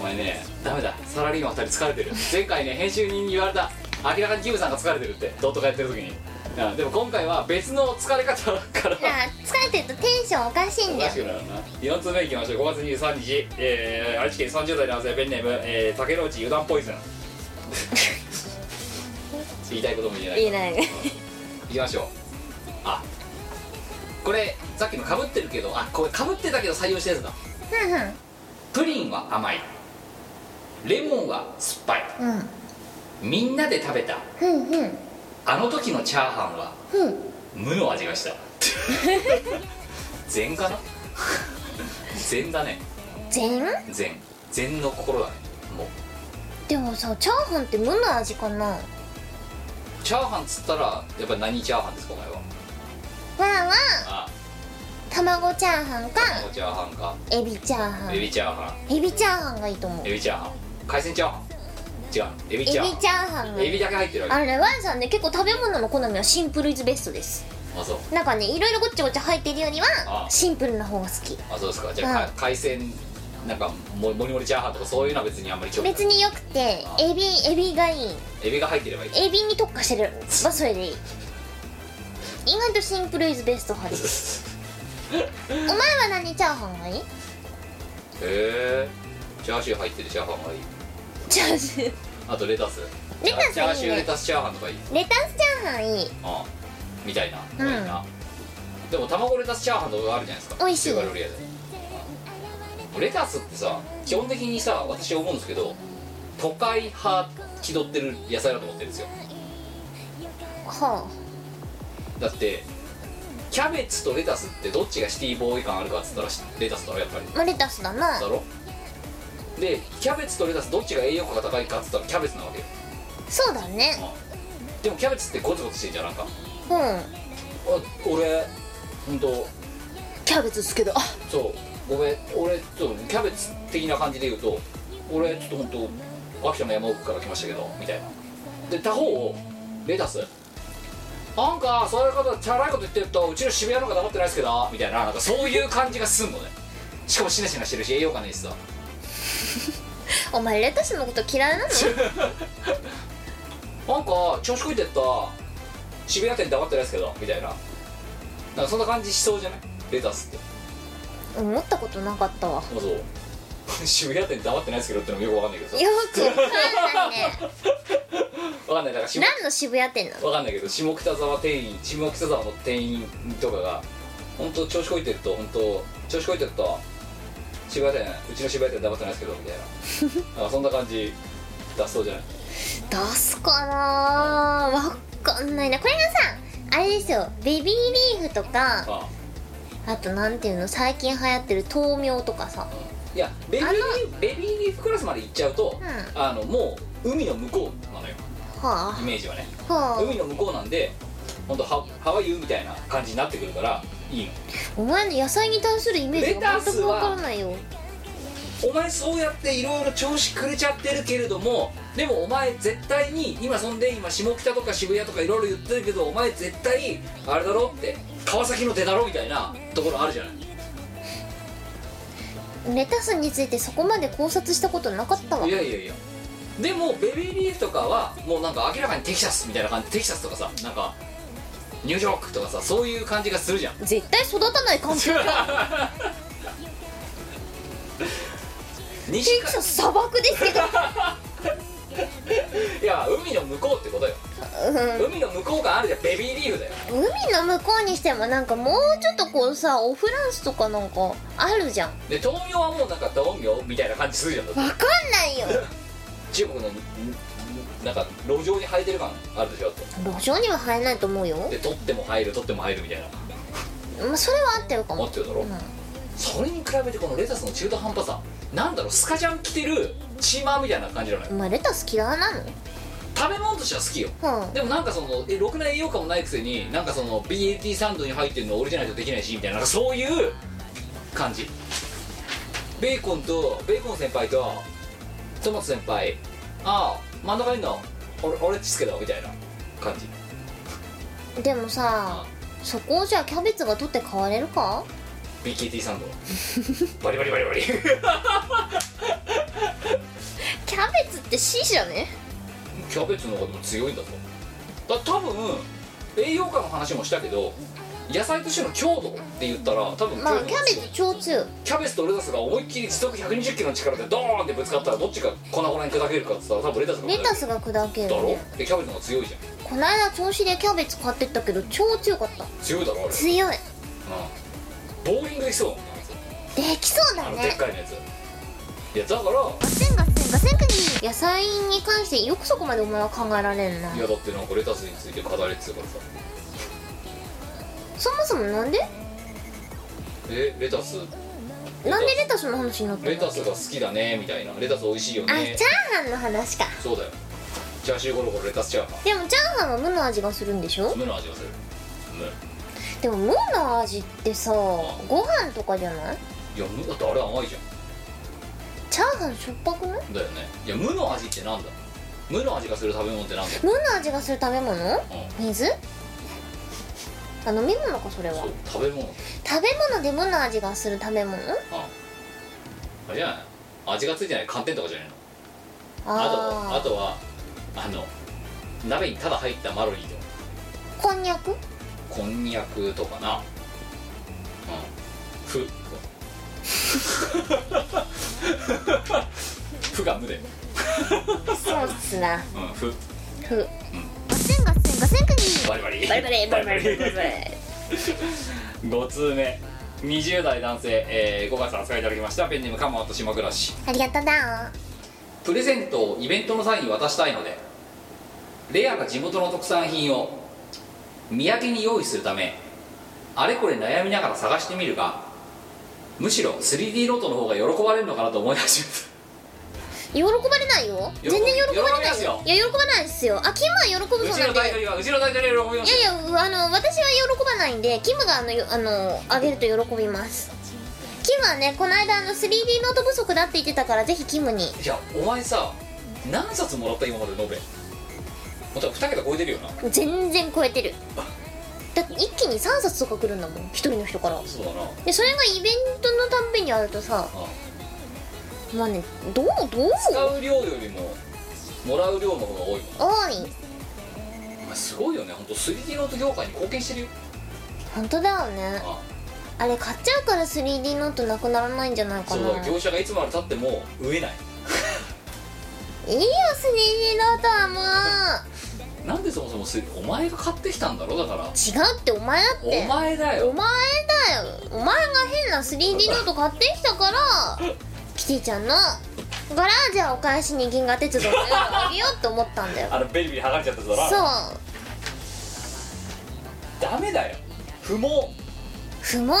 A: お前ねダメだサラリーマン2人疲れてる前回ね編集人に言われた明らかにキムさんが疲れてるってドットがやってる時にうんでも今回は別の疲れ方から
B: なあ疲れてるとテンションおかしいん
A: お
B: だ
A: か
B: よ
A: しくなるな4つ目いきましょう5月23日、えー、愛知県30代男性ペンネーム、えー、竹之内油断ポ イズン言いたいことも言えない
B: いいね
A: いきましょうあこれさっきのかぶってるけどあこれかぶってたけど採用したやつだプリンは甘いレモンは酸っぱい
B: うん
A: みんなで食べた
B: うんうんうん
A: あの時のチャーハンは
B: うん
A: 無の味がした禅かな禅だね
B: 全
A: 禅禅の心だねもう
B: でもさチャーハンって無の味かなわ
A: チャーハンっつったらやっぱり何チャーハンですかお前は
B: あわ
A: あ
B: あ卵チャーハンか
A: あチャーハンか
B: エビチャーハ
A: エ
B: ン
A: ビチャーハ
B: エビチャーハンがいいと思う
A: ン
B: エ
A: エビチャーハン海鮮チャーハン違うエビ
B: ビチ
A: チャ
B: ャ
A: ーハ
B: ーハン
A: ン
B: が
A: エ
B: い
A: ビ
B: い
A: だけ入ってるわけ
B: あれねワンさんね結構食べ物の好みはシンプルイズベストです
A: あそう
B: なんかねいろいろごっちゃごっちゃ入ってるより
A: あ
B: は
A: あ
B: シンプルな方が好き
A: あそうですかじゃあ、
B: う
A: か海鮮なんかももりもりチャーハンとかそういうのは別にあんまり興味ない
B: 別によくてエビエビがいい
A: エビが入ってればいい
B: エビに特化してるはそれでいい意外とシンプルイズベスト派です お前は何チャーハンがいい
A: へえチャーシュー入ってるチャーハンがいい
B: チャーシュー
A: あとレタス
B: レタスいいね
A: チャーシューレタスチャーハンとかいい
B: レタスチャーハンいい
A: ああみたいな、ういいなでも卵レタスチャーハンとかあるじゃないですか
B: 美味しい
A: 中華料理屋でああレタスってさ基本的にさ私思うんですけど都会派気取ってる野菜だと思ってるんですよ
B: は
A: だってキャベツとレタスってどっちがシティボーイ感あるかっつったらレタスだろやっぱり
B: あまあレタスだな
A: だろでキャベツとレタスどっちが栄養価が高いかっつったらキャベツなわけよ
B: そうだね
A: でもキャベツってゴツゴツしてんじゃんなんか
B: うん
A: あ俺本当
B: キャベツ好きだ
A: そうごめん俺ちょっとキャベツ的な感じで言うと俺ちょっと本当秋田の山奥から来ましたけどみたいなで他方をレタスなんかそういうことチャラいこと言ってるとうちの渋谷の方が黙ってないですけどみたいななんかそういう感じがすんのねしかもしなしなしてるし栄養価ないしさ
B: お前レタスのこと嫌いなの
A: なんか調子こいてった渋谷店黙ってないですけどみたいななんかそんな感じしそうじゃないレタスって
B: 思ったことなかったわ
A: まあ そう渋谷店黙ってないですけどってのもよくわかんないけどさ
B: よくわかんないね
A: わかんないだから下
B: 何の渋谷店なの
A: わかんないけど下北沢店員下北沢の店員とかが本当調子こいてると本当調子こいてると渋谷店うちの渋谷店黙ってないですけどみたい ななんかそんな感じだそうじゃない
B: 出すかなわかんないなこれがさあれですよベビーリーフとか
A: ああ
B: あとなんていうの最近流行ってる豆苗とかさ
A: いやベビーリーベビーリーフクラスまで行っちゃうと、
B: う
A: あのもう海の向こうなのよ
B: は
A: イメージはね
B: あは
A: 海の向こうなんで本当ハハワイユみたいな感じになってくるからいいの
B: あお前の野菜に対するイメージが
A: レタ
B: 全
A: ス
B: くわ
A: は
B: からないよ
A: お前そうやっていろいろ調子くれちゃってるけれどもでもお前絶対に今そんで今下北とか渋谷とかいろいろ言ってるけどお前絶対あれだろって川崎の出だろみたいなところあるじゃない
B: レタスについてそこまで考察したことなかったわ
A: いやいやいやでもベビーリーフとかはもうなんか明らかにテキサスみたいな感じテキサスとかさなんかニューヨークとかさそういう感じがするじゃん
B: 絶対育たない環 境
A: 西
B: テキ
A: か
B: サス砂漠ですけど
A: いや海の向こうってことよ
B: うん
A: 海の向こうがあるじゃんベビーリーフだよ
B: 海の向こうにしてもなんかもうちょっとこうさオフランスとかなんかあるじゃんわ
A: で豆苗はもうなんか豆苗みたいな感じするじゃんだって
B: かんないよ
A: 中国のんなんか路上に生えてる感あるでしょって
B: 路上には入れないと思うよ、
A: で取っても入る取っても入るみたいな
B: まあ、それは合ってるか
A: 思
B: も
A: ってるだろ、
B: うん
A: それに比べてこのレタスの中途半端さなんだろうスカジャン着てるチーマーみたいな感じじゃない
B: お前レタス嫌いなの
A: 食べ物としては好きよ
B: うん
A: でもなんかそのえろくな栄養価もないくせになんかその BAT サンドに入ってるの俺じゃないとできないしみたいななんかそういう感じベーコンとベーコン先輩とトマト先輩ああ真ん中いんの俺俺っちっすけどみたいな感じ
B: でもさそこをじゃあキャベツが取って買われるか
A: BKT サンドバリバリバリバリ
B: キャベツって C じゃね
A: キャベツの方がでも強いんだぞだ多分栄養価の話もしたけど野菜としての強度って言ったら多分
B: まあ
A: 強度
B: キャベツ超強い
A: キャベツとレタスが思いっきり時速120キロの力でドーンってぶつかったらどっちが粉々に砕けるかっつったら多分レタスが
B: レタ
A: ス
B: スが砕ける
A: だろ
B: ね
A: でキャベツの方が強いじゃん
B: こないだ調子でキャベツ買ってったけど超強かった
A: 強いだろあれ、
B: 強い
A: うん、ボーリングできそう
B: できそう
A: あ
B: だ
A: ので
B: ね
A: っかいのやついやだから
B: ガッテンガッテンガッテンクニー野菜に関してよくそこまでお前は考えられんない
A: やだってなんかレタスについて語れっつうからさ
B: そもそもなんで
A: えレタス
B: なんでレタスの話になったの
A: レタスが好きだねみたいなレタス美味しいよ
B: あチ
A: ね
B: ャーハンの話か
A: そうだよチャーシューゴロゴロレタスチャーハ
B: でもチャーハンは無の味がするんでしょ
A: ン無の味がする無
B: でも無の味ってさご飯とかじゃない
A: いや無だってあれ甘いじゃ
B: チャーハンしょっぱくない
A: んだよねいや無の味ってなんだ無の味がする食べ物ってなんだ
B: 無の味がする食べ物
A: うん
B: 水あ飲み物かそれは
A: そう食べ物
B: 食べ物で無の味がする食べ物
A: ああれじゃない味がついてない寒天とかじゃないのあとあ
B: あ
A: とはあの鍋にただ入ったマロニーと
B: あこんにゃく
A: こんにゃくとかなうんふふが無で
B: そうっすな
A: うんふ
B: ふガセンガセンガセンクニー
A: バリバリ
B: バリバリバリバリバリバリ
A: 5通目20代男性、えー、5月扱いいただきましたペンネームカモアと島暮らし
B: ありがとうだ
A: プレゼントをイベントの際に渡したいのでレアな地元の特産品を土産に用意するためあれこれ悩みながら探してみるがむしろ 3D ロートの方が喜ばれるのかなと思い始めた
B: 喜ばれないよ
A: 喜
B: 全然喜ばれ
A: 喜ばれま
B: ない
A: す
B: よ
A: よ
B: いや喜ばないですよあキムは喜 ぶ
A: う
B: そう
A: ち
B: な
A: の
B: んで
A: タイトルはうちのタイトルは喜びま
B: い
A: す
B: やいやあの私は喜ばないんでキムがあのよあのあげると喜びますキムはねこの間あの 3D ノート不足だって言ってたからぜひキムに
A: いやお前さ何冊もらった今まで延べまた2桁超えてるよな
B: 全然超えてるだって一気に3冊とか来るんだもん一人の人から
A: そうだな
B: でそれがイベントのたんびにあるとさ
A: あ
B: まあねどうどう
A: 使う量よりももらう量の方が多いもん
B: 多い
A: お前すごいよね本当 3D ノート業界に貢献してるよ
B: 本当だよね
A: あ
B: あれ買っちゃうから 3D ノートなくならないんじゃないか
A: そ
B: な
A: うだ業者がいつまでたっても植えない
B: いいよ 3D ノートはもう
A: もすお前が買ってきたんだろだから
B: 違うってお前だっ
A: お
B: て
A: 前だ
B: お
A: よ
B: 前だよお前が変な 3D ノート買ってきたからキティちゃんのだからじゃあお返しに銀河鉄道のよあげようって思ったんだよ
A: あのベリベリ剥がれちゃったぞ
B: そう
A: ダメだよ不毛
B: 不毛な争いだよ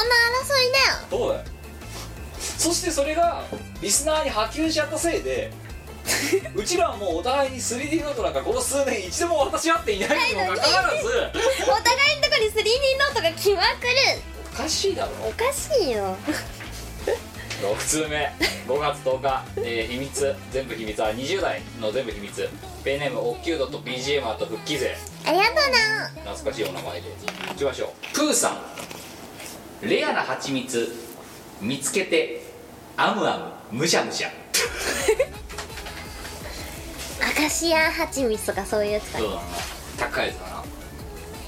A: どうだよそしてそれがリスナーに波及しちゃったせいで うちらはもうお互いに 3D ノートなんかこの数年一度も渡し合っていないにもかかわらず
B: お互いのとこに 3D ノートが来まくる
A: おかしいだろ
B: おかしいよ
A: 6通目5月10日、えー秘密全部秘密は20代の全部秘密ペンネームおっきゅうドット BGM あと復帰勢
B: あやだな
A: 懐かしいお名前でいきましょうプーさんレアな蜂蜜見つけてアムアムむしゃむしゃ
B: アカシア蜂蜜とかそういうやつか
A: どうだろうな高いやつ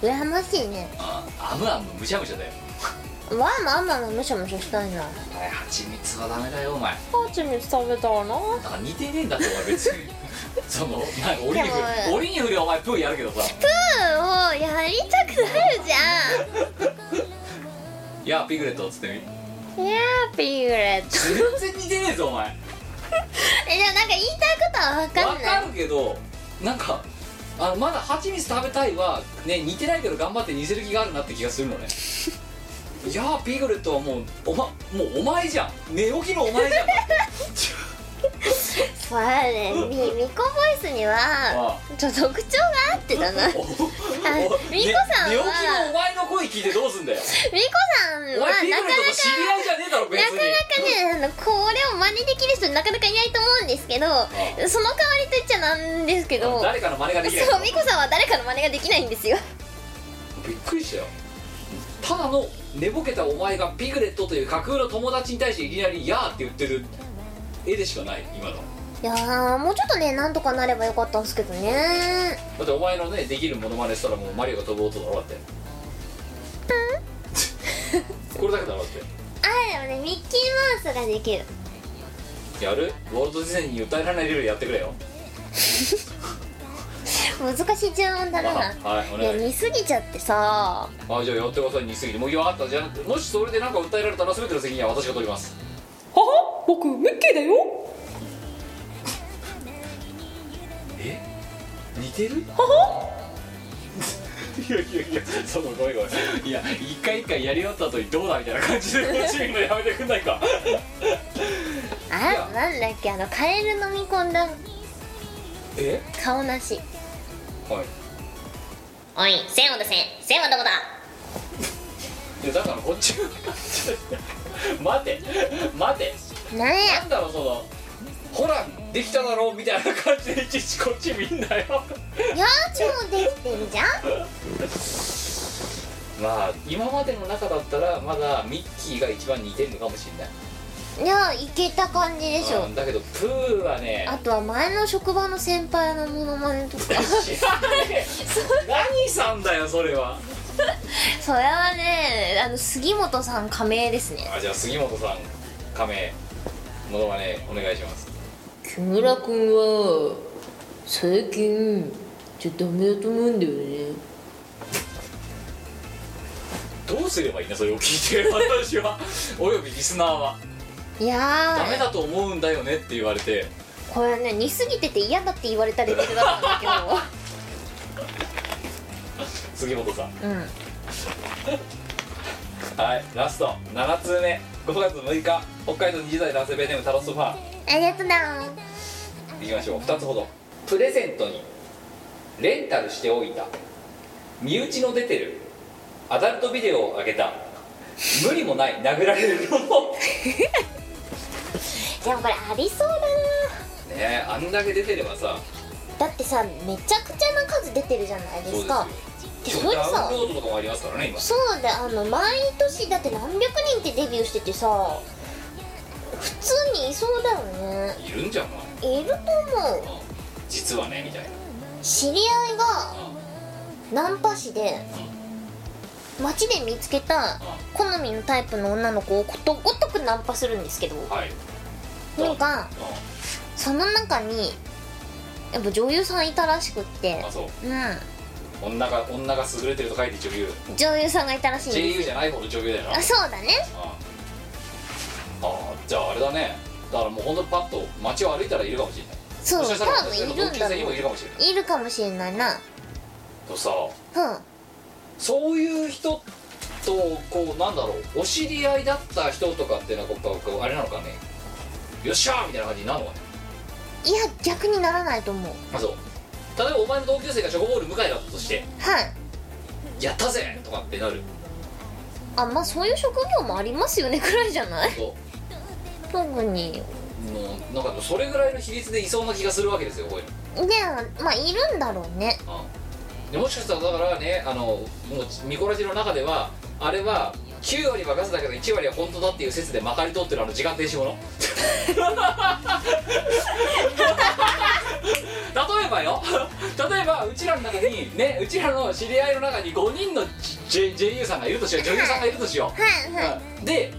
A: だな
B: 羨ましいね
A: あアムアムむしゃむしゃだよ
B: わあまあまあまあむしゃむしゃしたいな
A: お前蜂蜜はダメだよお前
B: 蜂蜜食べたらな
A: なんか似てねえんだってお前別 にそのなんか折に
B: で
A: 振る
B: も
A: 折に振りはお前プーやるけどさ
B: うんをやりたくなるじゃ
A: いやピグレットっつってみ
B: んいやーピーグレット
A: 全然似てねえぞお前
B: えでもなんか言いたいことは分か
A: わ
B: んな
A: か
B: い
A: るけどなんかあのまだ蜂蜜食べたいはね似てないけど頑張って似せる気があるなって気がするの ねいやーピグレットはもうお,、ま、もうお前じゃん寝起きのお前じゃん
B: そうだねみみこボイスにはちょっと特徴があってだ なみ
A: お
B: こ
A: お
B: ミコさんは
A: ね寝起きのお前の声聞いてどうすんだ よ
B: さん
A: お
B: は
A: 前ピグ
B: な
A: レッ
B: か
A: ト
B: な
A: と知り合いじゃねえだろ別
B: か
A: に
B: なかねあのこれを真似できる人なかなかいないと思うんですけどその代わりと言っちゃなんですけど
A: 誰かの真似ができない
B: そうみこさんは誰かの真似ができないんですよ
A: びっくりしたよただの寝ぼけたお前がピグレットという架空の友達に対していきなり「やー」って言ってる絵でしかない今の
B: いやーもうちょっとねなんとかなればよかったんですけどね
A: だってお前のねできるモノマネしたらもうマリオが飛ぶ音だろだって これだけだろだっ
B: あでもねミッキーマウスができる
A: てやるウォルト・ディズニーに歌えられないルールやってくれよ
B: 難しい注文だな
A: あはいお
B: いや
A: 願い
B: 似すぎちゃってさ
A: あじゃあやってください似すぎてもういいわかったじゃあもしそれで何か訴えられたら全ての責任は私が取ります
D: は僕ミッキーだよ
A: え似てる いやいやいやそのごめんごめんいや一回一回やり終わった後にどうだみたいな感じで楽しみのやめてくんないか
B: あなんだっけあのカエル飲み込んだ
A: え
B: 顔なし
A: はい
B: おい線を出せ線はどこだ
A: いやだからこっち 待て待て
B: なんや
A: なんだろうそのほらできただろうみたいな感じでいちいちこっち見んなよ
B: 幼虫もできてるじゃん
A: まあ今までの中だったらまだミッキーが一番似てるのかもしれない
B: いやいけた感じでしょ
A: うんだけどプーはね
B: あとは前の職場の先輩のモノマネと か
A: 知らね え何さんだよそれは
B: それはねあの杉本さん加盟ですね
A: あじゃあ杉本さん仮名モノマネお願いします
D: 木村君は最近ちょっとダメだと思うんだよね
A: どうすればいいのそれを聞いて私 はおよびリスナーはいダメ
B: や
A: だと思うんだよねって言われて
B: ーこれはね似すぎてて嫌だって言われたレベルだったん だけど
A: 杉本さん
B: うん
A: はいラスト7通目5月6日北海道20代男性ベネームタロスソファー
B: ありがとうない
A: きましょう2つほどプレゼントにレンタルしておいた身内の出てるアダルトビデオをあげた無理もない殴られるのも
B: でもこれありそうだな
A: ねえあんだけ出てればさ
B: だってさめちゃくちゃな数出てるじゃないで
A: そう
B: す
A: ですよ今
B: か
A: 日
B: でこれ
A: ダ
B: さ
A: ウンロードとかもありますからね今
B: そうであの毎年だって何百人ってデビューしててさ普通にいそうだよね
A: いるんじゃん
B: いると思う
A: お前実はねみたい
B: 知り合いがナンパ師で街で見つけた好みのタイプの女の子をことごとくナンパするんですけど
A: なはい
B: なんか
A: う
B: その中にやっぱ女優さんいたらしくって
A: んあそう
B: うん
A: 女が女が優れてると書いて女優
B: 女優さんがいたらしいんです
A: JU じゃない方の女優だよな
B: あそうだね
A: ああじゃああれだねだからもうほんとパッと街を歩いたらいるかもしれない
B: そう
A: もしかしたら
B: 多分
A: 私
B: い
A: の
B: るん
A: 同級
B: だ
A: 生に
B: ろ
A: も
B: う
A: いるかもしれない
B: いるかもしれないな
A: とさ
B: うん
A: そういう人とこうなんだろうお知り合いだった人とかっていうのはこうこうあれなのかねよっしゃーみたいな感じになるのかね
B: いや逆にならないと思う
A: あそう例えばお前の同級生がチョコボール向井だったとして
B: はい
A: 「やったぜ!」とかってなる
B: あまあそういう職業もありますよねくらいじゃない
A: と
B: 特に
A: もうなんかそれぐらいの比率でいそうな気がするわけですよこういうの
B: でまあいるんだろうね
A: うんでもしかしたらだからねあのもうミコラジの中ではあれは9割はガスだけど1割は本当だっていう説でまかり通ってるあの時間停止もの 例えばよ例えばうちらの中にねうちらの知り合いの中に5人の J- JU さんがいるとしよう女優さんがいるとしよう
B: はいはい、
A: で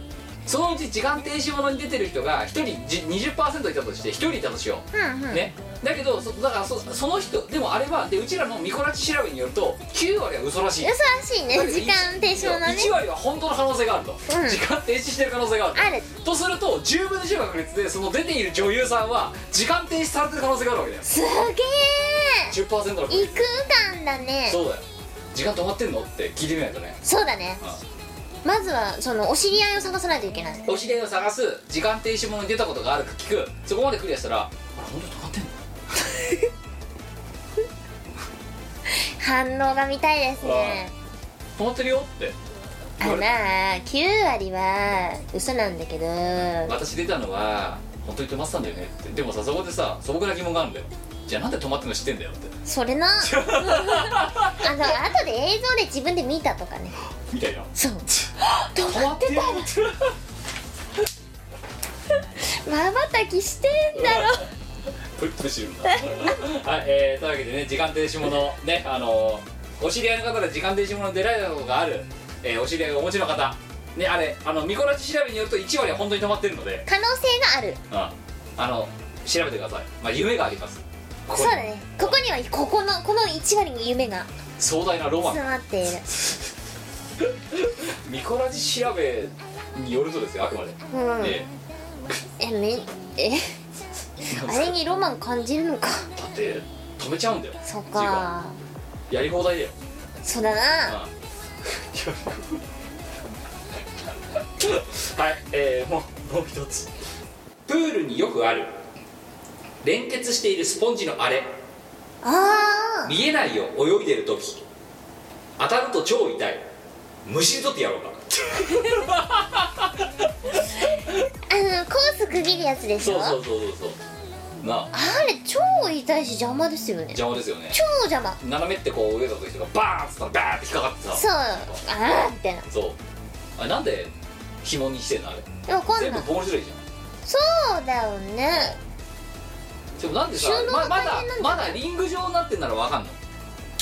A: そのうち時間停止ものに出てる人が1人じ20%いたとして1人いたとしよう
B: うんうん
A: ね、だけどそだからそその人でもあれはでうちらのミコラチ調べによると9割は嘘らしい
B: 優しいね時間停止ものね
A: 1割は本当の可能性があると、
B: ん
A: 時間停止してる可能性がある
B: ある
A: とすると10分の10の確率でその出ている女優さんは時間停止されてる可能性があるわけだよ
B: すげえ
A: 10%の確率
B: 異空間だね
A: そうだよ時間止まってんのって聞いてみないとね
B: そうだねまずはそのお知り合いを探さないといけない
A: お知り合いを探す時間停止ものに出たことがあるか聞くそこまでクリアしたらあれ本当に止まってんの
B: 反応が見たいですね
A: 止まってるよって
B: あ
A: うん
B: なあ9割は嘘なんだけど
A: 私出たのは本当に止まってたんだよねってでもさそこでさ素朴な疑問があるんだよじゃあなんで止まってんの知ってんだよって
B: そ れなあの後で映像で自分で見たとかね
A: みたいな
B: そう
A: 止まってたの
B: まばたきしてんだろ
A: プルプルしてるんだ はい、えー、というわけでね時間停止ものねあのーお知り合いの方で時間停止もの出られたことがある、えーお知り合いがお持ちの方ねあれあのミコラチ調べによると1割は本当に止まってるので、
B: 可能性がある
A: うん、あの調べてくださいまあ夢がありますここ
B: そ
A: に
B: うだねここにはここのこの1割に夢が
A: 壮大なロマン
B: 詰まっている
A: ミコラチ調べによるとですよあくまで、
B: うん
A: で
B: えめえあれにロマン感じるのか
A: だって止めちゃうんだよ
B: そっ
A: 時間
B: か
A: やり放題だ よ
B: そうだな
A: はい、えー、もうもう一つプールによくある連結しているスポンジのあれ
B: あ
A: 見えないよ泳いでる時当たると超痛い虫にとってやろうか
B: ーあのコース区切るやつでし
A: そ
B: ょ
A: うそうそうそうそうなあ
B: あれ超痛いし邪魔ですよね
A: 邪魔ですよね
B: 超邪魔
A: 斜めってこう泳いだ時とかバーンっつったらバーンって引っかかって
B: そう
A: さ
B: あーみたいな
A: そうあれなんで紐にしてんのあれ
B: わかん
A: 全
B: な
A: 部
B: い
A: 棒にすればいいじゃん
B: そうだよね
A: でもなんでさ
B: 収納
A: ま
B: が
A: ま
B: 大
A: だ
B: 変なんだ
A: まだリング状になってんならわかんの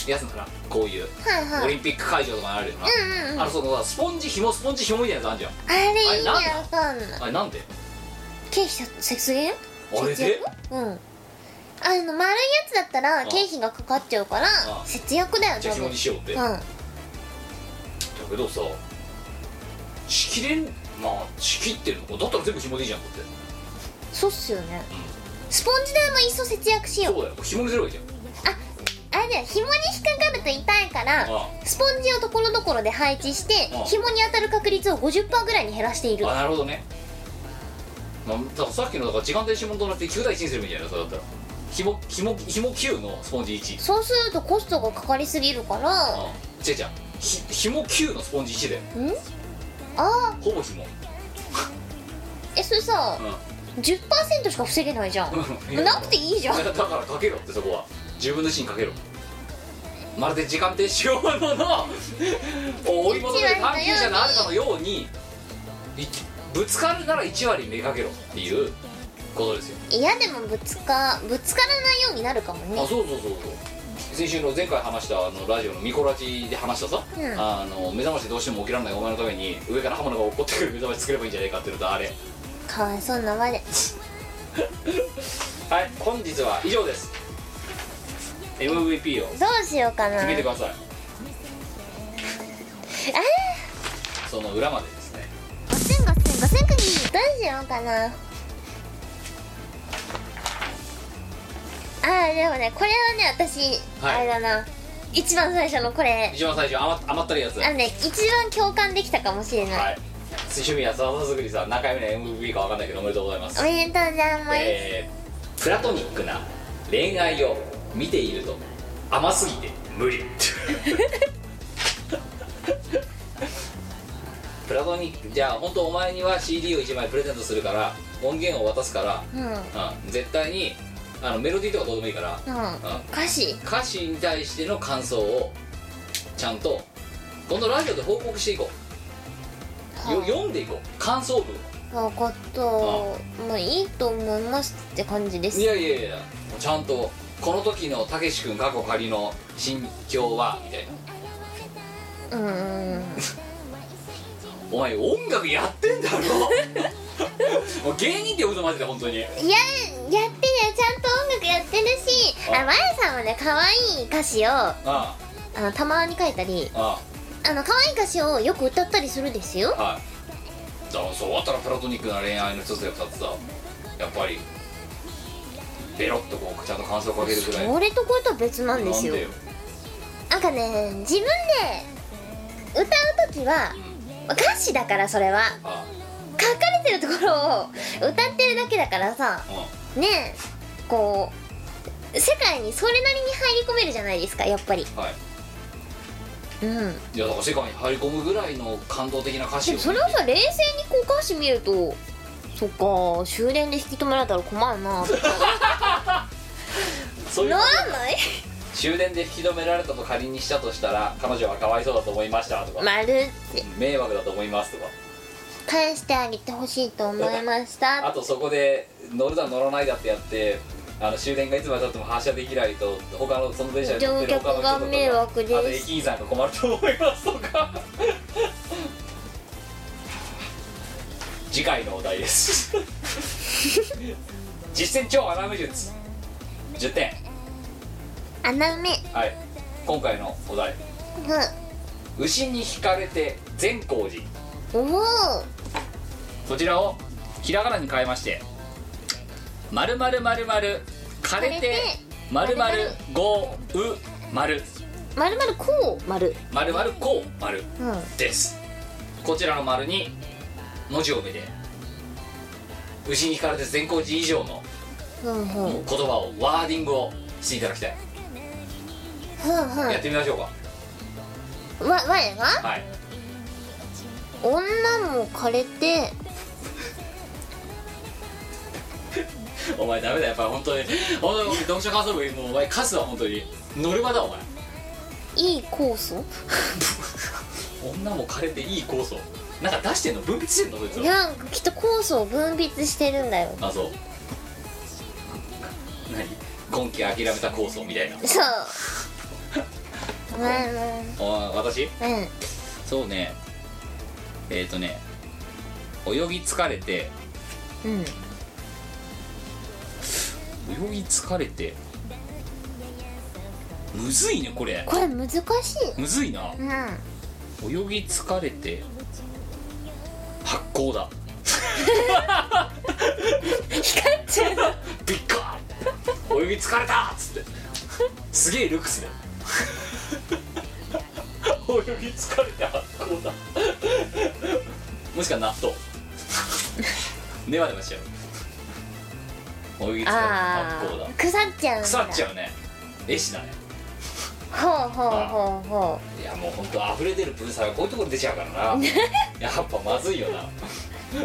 A: やつならこういう
B: はい
A: オ
B: は
A: リ
B: い
A: ンピック会場とかにあるよな、
B: うんうんうん
A: あのそのさスポンジ紐スポンジ紐みたいなやつあるじ
B: あれ意味
A: あれ
B: わかんない
A: ゃんあれなんで
B: 経費節減
A: あれで
B: うんあの丸いやつだったら
A: ん
B: 経費がかかっちゃうから
A: うん
B: 節約だよ
A: じゃあ
B: 多
A: 紐
B: 分
A: にしようって、だ
B: うん
A: けどさ仕切れんまあ仕切ってるのかだったら全部紐でいいじゃんだって
B: そうっすよねスポンジ代もいっそ節約しよう
A: そうだよ紐にすればいいじゃん
B: ああれだよ紐に引っかかると痛いから
A: う
B: スポンジをところどころで配置して
A: うん
B: 紐に当たる確率を50%ぐらいに減らしている
A: あなるほどね、まあ、だからさっきのだから時間停止もとなって9対1にすればいいんじゃないのそれだったら紐紐紐9のスポンジ1
B: そうするとコストがかかりすぎるから
A: あ違う違うひ紐9のスポンジ1で
B: んあ
A: ほぼ紐
B: えそれさ
A: うん
B: 10%しか防げないじゃ
A: うん
B: んなくていいじゃん
A: だからかけろってそこは10分の1にかけろまるで時間停止用ののを追い求める探求者のあるかのようにいぶつかるなら1割目かけろっていうことですよ
B: いやでもぶつかぶつからないようになるかも
A: あそ
B: ね
A: うそうそうそう先週の前回話したあのラジオのミコラジで話したさ、
B: うん
A: あの目覚ましどうしても起きられないお前のために上から刃物が落っこってくる目覚まし作ればいいんじゃないかっていうのとあれ
B: かわいそうなまで
A: はい本日は以上です、え MVP を
B: どうしようかな
A: 決
B: あ
A: めて
B: ー
A: ください その裏までですね
B: 五千五千五千国どうしようかなあーでもねこれはね私、
A: はい
B: あれだな一番最初のこれ
A: 一番最初余っ余ったるやつ
B: あのね一番共感できたかもしれない、
A: はい趣味はざわざ作りさん何回目の MVP か分かんないけどおめでとうございます
B: おめでとうございます、
A: えープラトニックな恋愛を見ていると甘すぎて無 理プラトニックじゃあ本当お前には CD を1枚プレゼントするから音源を渡すから、
B: うん
A: うん、絶対にあのメロディーとかどうでもいいから、
B: うん
A: うん、
B: 歌詞
A: 歌詞に対しての感想をちゃんとこのラジオで報告していこう、よ
B: は
A: 読んでいこう感想文を
B: 分かったもういいと思いますって感じです
A: いやいやいやちゃんとこの時のたけし君過去仮の心境はみたいな
B: うーん
A: お前音楽やってんだろもう芸人ってことマジで本当に
B: いややってるよちゃんと音楽やってるし
A: あ
B: あまやさんはね可愛い歌詞をあ
A: あ
B: のたまに書いたり
A: あ
B: あの可愛い歌詞をよく歌ったりするですよ
A: ああはいだからそうあったらプラトニックな恋愛の一つで二つだやっぱりベロッとこうちゃんと感想をかけるぐらい
B: 俺とこれとは別なんですよ
A: なんで
B: なんかね自分で歌う時は歌詞だからそれは
A: あ
B: 書かれてるところを歌ってるだけだからさ
A: あうん
B: ねえこう世界にそれなりに入り込めるじゃないですかやっぱり
A: はい
B: うん
A: いやだから世界に入り込むぐらいの感動的な歌詞
B: で
A: を
B: もそれをさ冷静にこう歌詞見るとそっか終電で引き止められたら困る な
A: そういう
B: ならない
A: 終電で引き止められたと仮にしたとしたら彼女はかわいそうだと思いましたとか、
B: 丸って
A: 迷惑だと思いますとか
B: 返してあげてほしいと思いまし
A: あ
B: た
A: とそこで乗るだ乗らないだってやってあの終電がいつまでたっても発車できないと他のその電車に乗ってる他の人とか
B: 乗客が迷惑です
A: あと駅員さんが困ると思いますとか次回のお題です 実践超穴埋め術10点
B: 穴埋め
A: はい今回のお題牛に引かれて善光寺
B: うんおお
A: こちらをひらがなに変えまして「まるまるまるまる枯れ
B: 枯れて
A: てまるまるごうまる
B: まるまるこうまる
A: まるまるこうまる
B: うんは」
A: ですこちらの「丸に文字を埋めて牛に引かれて善光寺以上の
B: ふんふん
A: 言葉をワーディングをしていただきたい、
B: ふんふん
A: やってみましょうか
B: わわやが
A: はい
B: 女も枯れて
A: お前ダメだやっぱり本当に本当に読書感想文もうお前カスは本当にノルマだお前
B: いい酵素
A: 女も枯れていい酵素なんか出してんの分泌してんのそいつら
B: なんかきっと酵素を分泌してるんだよ
A: あそう何今期諦めた構想みたいな
B: そうお前も
A: あ私
B: うん
A: そうねえっ、ー、とね泳ぎ疲れて
B: うん
A: 泳ぎ疲れてむずいねこれ
B: これ難しい
A: むずいな
B: うん
A: 泳ぎ疲れて発光だ
B: 光っちゃう
A: ビッカー泳ぎ疲れたっつってすげえルックスだよ泳ぎ疲れて発光だもしか納豆ネバネバしちゃう泳ぎ疲れて
B: あ
A: 発光だ
B: あ腐っちゃうんだ
A: 腐っちゃうね絵師だね
B: ほうほうほうほ
A: いやもうほんと溢れ出る文才はこういうところに出ちゃうからなやっぱまずいよな泳ぎ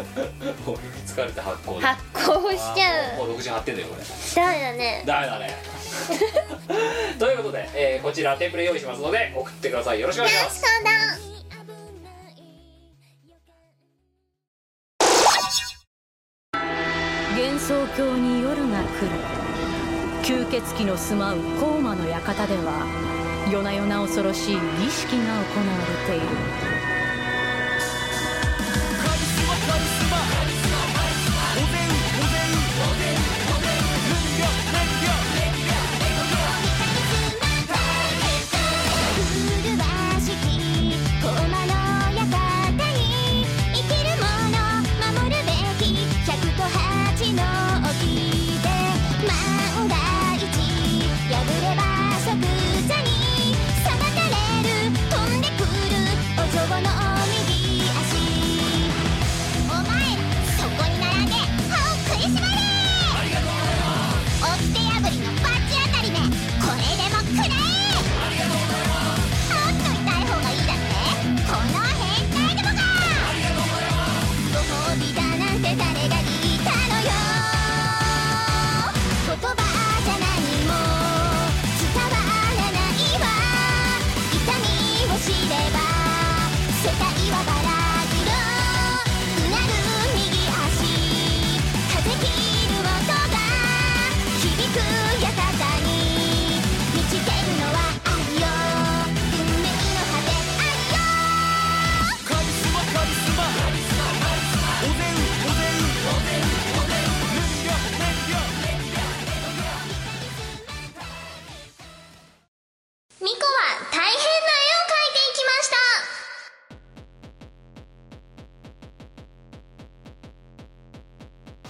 A: 疲れて発光
B: う
A: だ
B: 発酵しちゃ
A: も
B: う
A: うもう68点だよこれ
B: ダメだね
A: ダメだね ということで、えーこちらテンプレ用意しますので送ってくださいよろしくお願いします
B: そうだ
E: 幻想郷に夜が来る吸血鬼の住まう高魔の館では夜な夜な恐ろしい儀式が行われている
B: 「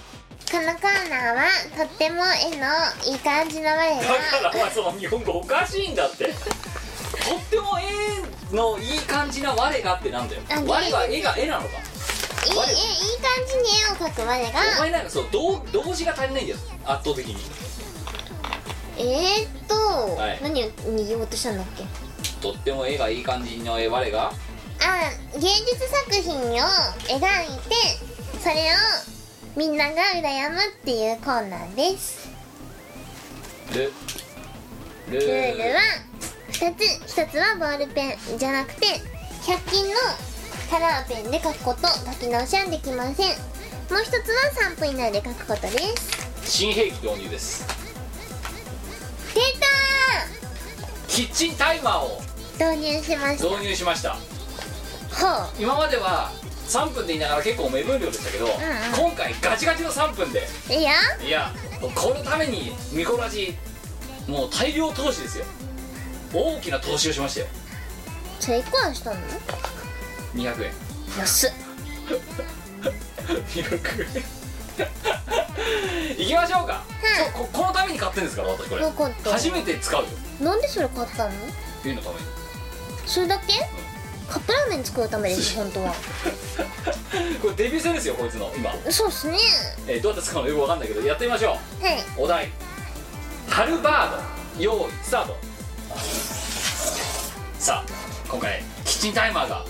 B: んはとっても絵のいい感じの我
A: だ
B: が
A: からお前その日本語おかしいんだってとっても絵のいい感じな我がってなんだよ
B: あ
A: 我は絵が絵なのか
B: いいいいいい感じに絵を描く我が
A: お前なんかそう同同時が足りないんだよ圧倒的に
B: えー、っと、
A: はい
B: 何を言おうとしたんだっけ
A: とっても絵がいい感じの絵我が
B: あ芸術作品を描いてそれをみんなが羨むっていうコーナーです
A: ルル
B: ルールは2つ1つはボールペンじゃなくて100均のカラーペンで書くこと書き直しはできませんもう1つは3分以内で書くことです
A: 新兵器導入です
B: デ
A: キッチンタイマーを
B: ータ導入しました
A: 導入しました
B: ほう
A: 今までは3分で言いながら結構目分量でしたけど、
B: ん
A: 今回ガチガチの3分で
B: いいよ
A: いやこのためにミコラジもう大量投資ですよ大きな投資をしましたよ
B: それいくらしたの
A: 200円
B: 安っ
A: 200円行きましょうか、
B: うん
A: そうここのために買ってるんですから私これ
B: 分かった
A: 初めて使うよ
B: なんでそれ買ったの
A: 冬のために
B: それだけカップラーメン作るため です本当は
A: これデビュー戦ですよこいつの今、
B: そうっすね
A: えーどうやって使うのよくわかんないけどやってみましょ
B: はいう
A: お題ハルバード用意スタートさあ今回キッチンタイマーが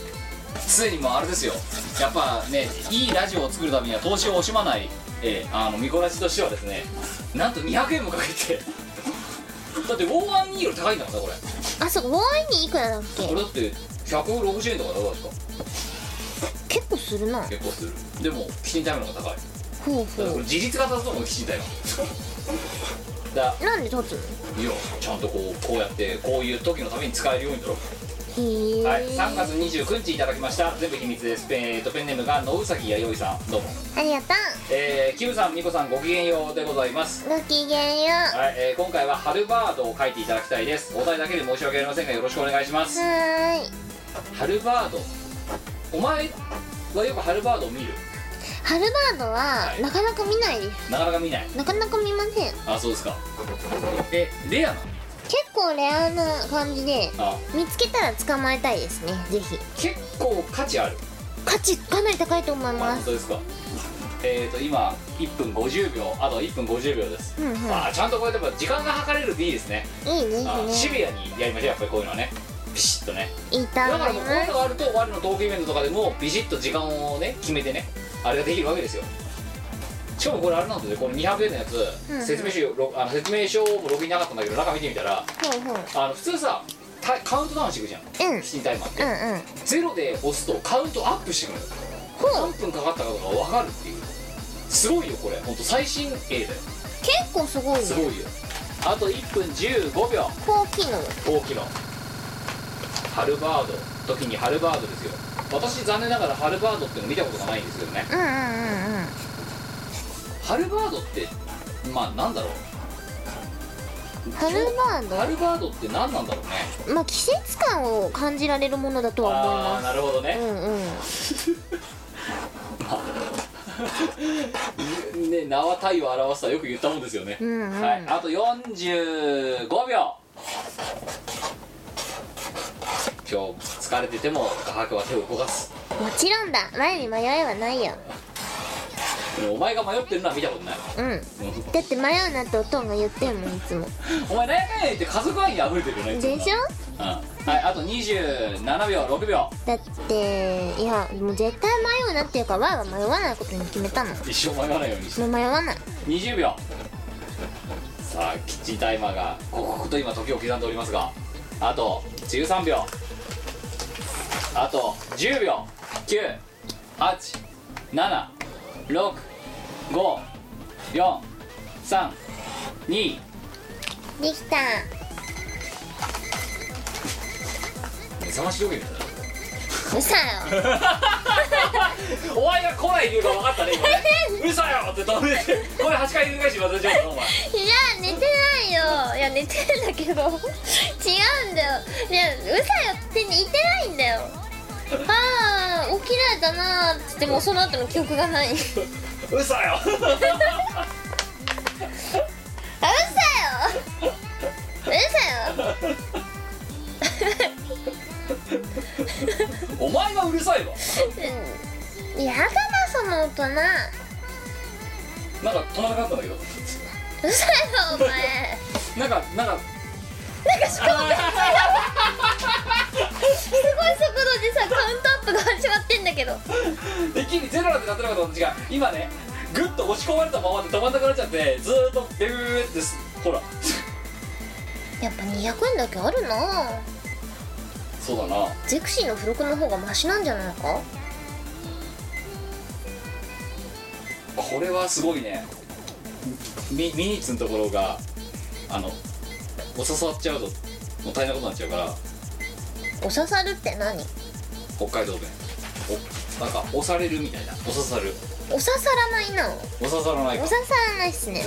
A: ついにもうあれですよやっぱねいいラジオを作るためには投資を惜しまない、えーあのミコラジとしてはですねなんと200円もかけて だって512より高いんだからなこれ
B: あそうかワインにいくらだっ
A: これ
B: け
A: だって160円とかどうですか
B: 結構するな
A: 結構するでもキッチンタイマーの方が高い
B: ほう
A: だからこ
B: ほ
A: れ自立型だと思うキッチンタイマーだ
B: うなんで立つ
A: いやちゃんとこうこうやってこういう時のために使えるようにだろ、
B: のへえ、
A: はい、3月29日いただきました全部秘密ですペン,、えーとペンネームが野崎弥生さんどうも、
B: ありがと
A: えー、キムさんミコさんごきげんようでございます
B: うごきげんよう
A: はい、えー今回はハルバードを書いていただきたいですお題だけで申し訳ありませんがよろしくお願いします
B: はーい
A: ハルバードお前はよくハルバードを見る
B: ハルバードは
A: はい
B: なかなか見ないです
A: なかなか見ない
B: なかなか見ません
A: あそうですかえレアなの
B: 結構レアな感じで
A: あ
B: 見つけたら捕まえたいですねぜひ
A: 結構価値ある
B: 価値かなり高いと思い
A: あ
B: ま
A: 本
B: す
A: 当ですかえー、と今1分50秒あと1分50秒です、
B: うんうん
A: あーちゃんとこうやってやっぱ時間が計れるっていいですね
B: いいで
A: あー
B: す
A: シ
B: ね
A: ビアにやりましょうやっぱりこういうのはねビシッとね
B: いいと思
A: だから
B: い
A: もうこう
B: ま
A: いう
B: す
A: のがあると我のトークイベントとかでもビシッと時間をね決めてねあれができるわけですよしかもこれあれなんでこの200円のやつ、
B: うん
A: 説明書ろあの説明書もログインなかったんだけど中見てみたら
B: ほうほう
A: あの普通さタイカウントダウンしていくじゃん
B: うんうん
A: キッチンタイマーって、
B: うん
A: ゼロで押すとカウントアップしてくるのよ
B: ほう
A: 何分かかったかとか分かるっていうすごいよこれ本当最新鋭だよ
B: 結構すごい
A: す
B: よ
A: ごいよあと1分15秒
B: 高機能
A: 大きのハルバード時にハルバードですよ私残念ながらハルバードっていうの見たことがないんですけどね
B: うんうんうんうん
A: ハルバードってまあなんだろう
B: ハルバード
A: ハルバードって何なんだろうね
B: まあ季節感を感じられるものだとは思い
A: あ
B: ま
A: ー
B: す
A: なるほどね
B: う、んうん
A: ね縄体を表すとはよく言ったもんですよね、
B: うんうん
A: はい、あと45秒今日疲れてても画伯は手を動かす
B: もちろんだ前に迷いはないよ
A: でもお前が迷ってるのは見たことない
B: うんだって迷うなっておとんが言ってるもんいつも
A: お前何やかんや言って家族愛にあふれてるよね
B: でしょ
A: うんはいあと27秒6秒
B: だっていやもう絶対迷うなっていうかわは迷わないことに決めたのも
A: 一生迷わないようにして
B: う迷わない
A: 20秒さあキッチンタイマーが刻々と今時を刻んでおりますがあと13秒あと10秒987654321
B: できた
A: 目覚まし時計みたいな
B: うさよ
A: お前が来ない理由が分かったね今ね嘘よって止めてこれ8回繰り返し忘れちゃうのお前
B: いや寝てないよいや寝てるんだけど違うんだよいやうさよって言ってないんだよああ起きられたなーっつってもうその後の記憶がない
A: 嘘よお前がうるさいわ
B: うんやだなその大人
A: なんか止まらなかったんだけど
B: うるさいわお前
A: なんかなんか
B: すごい速度でさカウントアップが始まってんだけど
A: てっきりゼロなんてなってなかった私が今ねグッと押し込まれたままで止まんなくなっちゃってずーっとビュービュービューってすほら
B: やっぱ200円だけあるな
A: そうだな
B: ゼクシーの付録の方がマシなんじゃないか
A: これはすごいねミミニッツのところがあのお誘わっちゃうともう大変なことになっちゃうから
B: お刺さるって何
A: 北海道弁おなんか押されるみたいなお刺さる
B: お刺さらないな
A: お刺さらない
B: お
A: か
B: 刺さらないっすね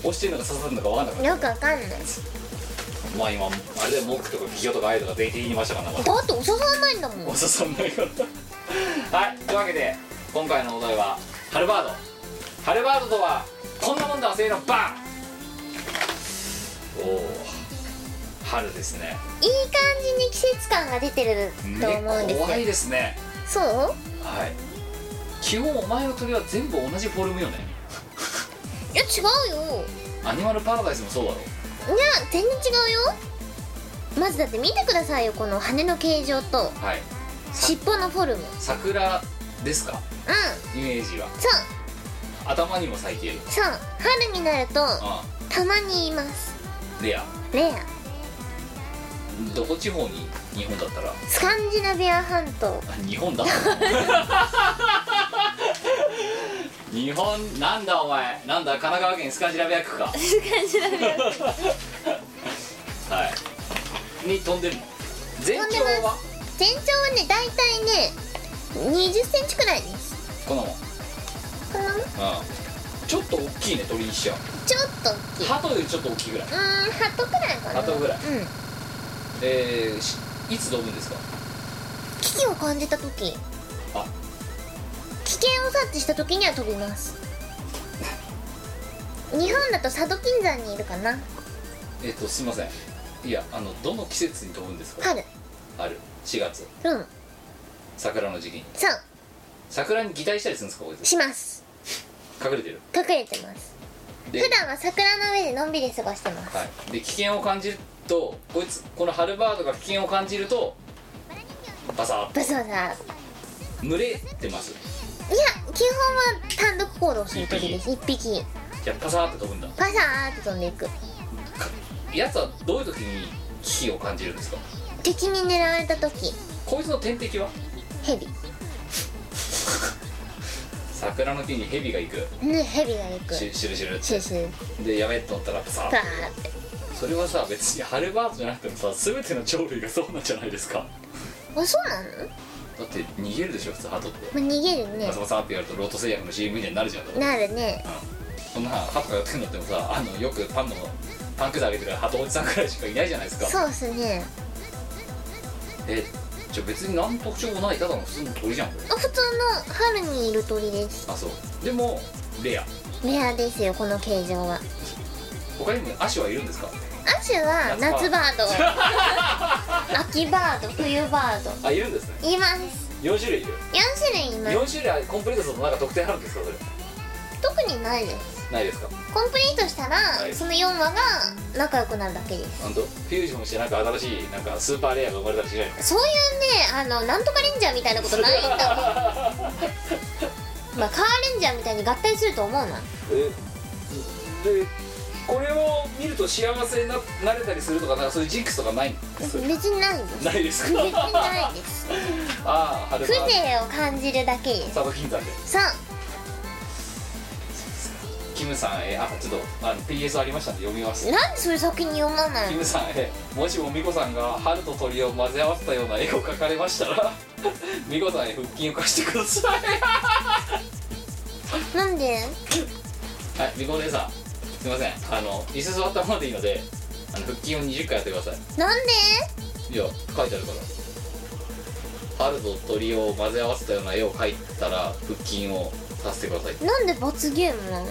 A: 押してるのか刺さるのか分かんなかっ
B: よくわかんないだ
A: たまあ今あれで文句とか企業とか愛とか全員的に言いましたからなまだ
B: ってお刺さらないんだもん
A: お刺さらないからはいというわけで今回のお題はハルバードハルバードとはこんなもんだせーのバンおお春ですね
B: いい感じに季節感が出てると思うん
A: ね
B: ですよ
A: 怖いですね
B: そう
A: はい基本お前の鳥は全部同じフォルムよね
B: いや違うよ
A: アニマルパラダイスもそうだろ
B: いや全然違うよまずだって見てくださいよこの羽の形状と
A: はいさ
B: 尻尾のフォルムうん
A: 桜ですかイメージは
B: そう
A: 頭にも咲いている
B: そう春になると
A: あ
B: たまにいます
A: あレア
B: レア
A: どこ地方に日本だったら
B: スカンジナビア半島
A: あ日本 だ日本なんだお前なんだ神奈川県スカジラビア区か
B: スカンジナビア
A: はいに飛んでるの全
B: 飛んで
A: 長
B: ます
A: は
B: 全長はね大体ね2 0センチくらいです
A: このもん
B: この
A: うんちょっと大きいね鳥にしちゃう
B: ちょっと大きいう
A: ハトよりちょっと大きいぐらい
B: ーんハトくらいかな
A: 鳩ぐらい
B: うん
A: えーし、いつ飛ぶんですか
B: 危機を感じた時
A: あ
B: 危険を察知した時には飛びます日本だと佐渡金山にいるかな
A: えっ、とすいませんいやあのどの季節に飛ぶんですか
B: 春
A: 春4月
B: うん
A: 桜の時期に
B: そう
A: 桜に擬態したりするんですかこいつ
B: します
A: 隠れてる
B: 隠れてます
A: で
B: 普段は桜の上でのんびり過ごしてます
A: はい、で危険を感じるとこいつこのハルバードが危険を感じるとバサ
B: ブスはさいや
A: ッ群れてます
B: 基本は単独行動する時です一匹
A: じゃあバサーって飛ぶんだ
B: パサーって飛んでいく
A: やつはどういう時に危機を感じるんですか
B: 敵に狙われた時
A: こいつの天敵は
B: ヘビ
A: 桜の木にヘビが行く
B: ねヘビが行く
A: シュシュルシュルっ
B: シュシュ
A: てでやべって思ったらバサーッ
B: パーって
A: それはさ別にハルバードじゃなくてもさ全ての鳥類がそうなんじゃないですか
B: あそうなの、ま
A: だって逃げるでしょ普通ハトって
B: あ、逃げるね
A: バサバサってやるとロート製薬の CM みたいになるじゃん
B: なるね
A: そんなハトがやってんだってもさあのよくパンのパンくずあげてるハトおじさんくらいしかいないじゃないですか
B: そうっすね
A: えじゃあ別に何の特徴もないただの普通の鳥じゃんこれ
B: あ普通の春にいる鳥です
A: あそうでもレア
B: レアですよこの形状は
A: 他にもアシはいるんですか
B: アシュは夏
A: 夏
B: バード 秋バード冬バード
A: あいるんですね
B: います
A: 4種類いる
B: 4種類います
A: 4種類あるコンプリートするとなんか特典あるんですかそれ
B: 特にないです
A: ないですか
B: コンプリートしたら、
A: い
B: その4話が仲良くなるだけです
A: なんとフュージョンしてなんか新しいなんかスーパーレアが生まれたりし ないの
B: そういうねあのなんとかレンジャーみたいなことないん だもんまあカーレンジャーみたいに合体すると思うな
A: えでこれを見ると幸せにななれたりするとかなんかそういうジンクスとかないの
B: 別にないです
A: ないです
B: 別
A: か
B: にないです
A: ああ春
B: 風
A: バー
B: 情を感じるだけです
A: 佐渡金山で
B: そう
A: キムさんへあちょっとあの PS ありましたんで読みます
B: なんでそれ先に読まない
A: キ
B: の
A: ムさんへもしも美子さんが春と鳥を混ぜ合わせたような絵を描かれましたら 美子さんへ腹筋を貸してください
B: なんで
A: はい美子お姉さんすいませんあの椅子座ったままでいいのであの腹筋を20回やってください
B: なんで
A: いや書いてあるから春と鳥を混ぜ合わせたような絵を描いたら腹筋をさせてください
B: なんで罰ゲームなの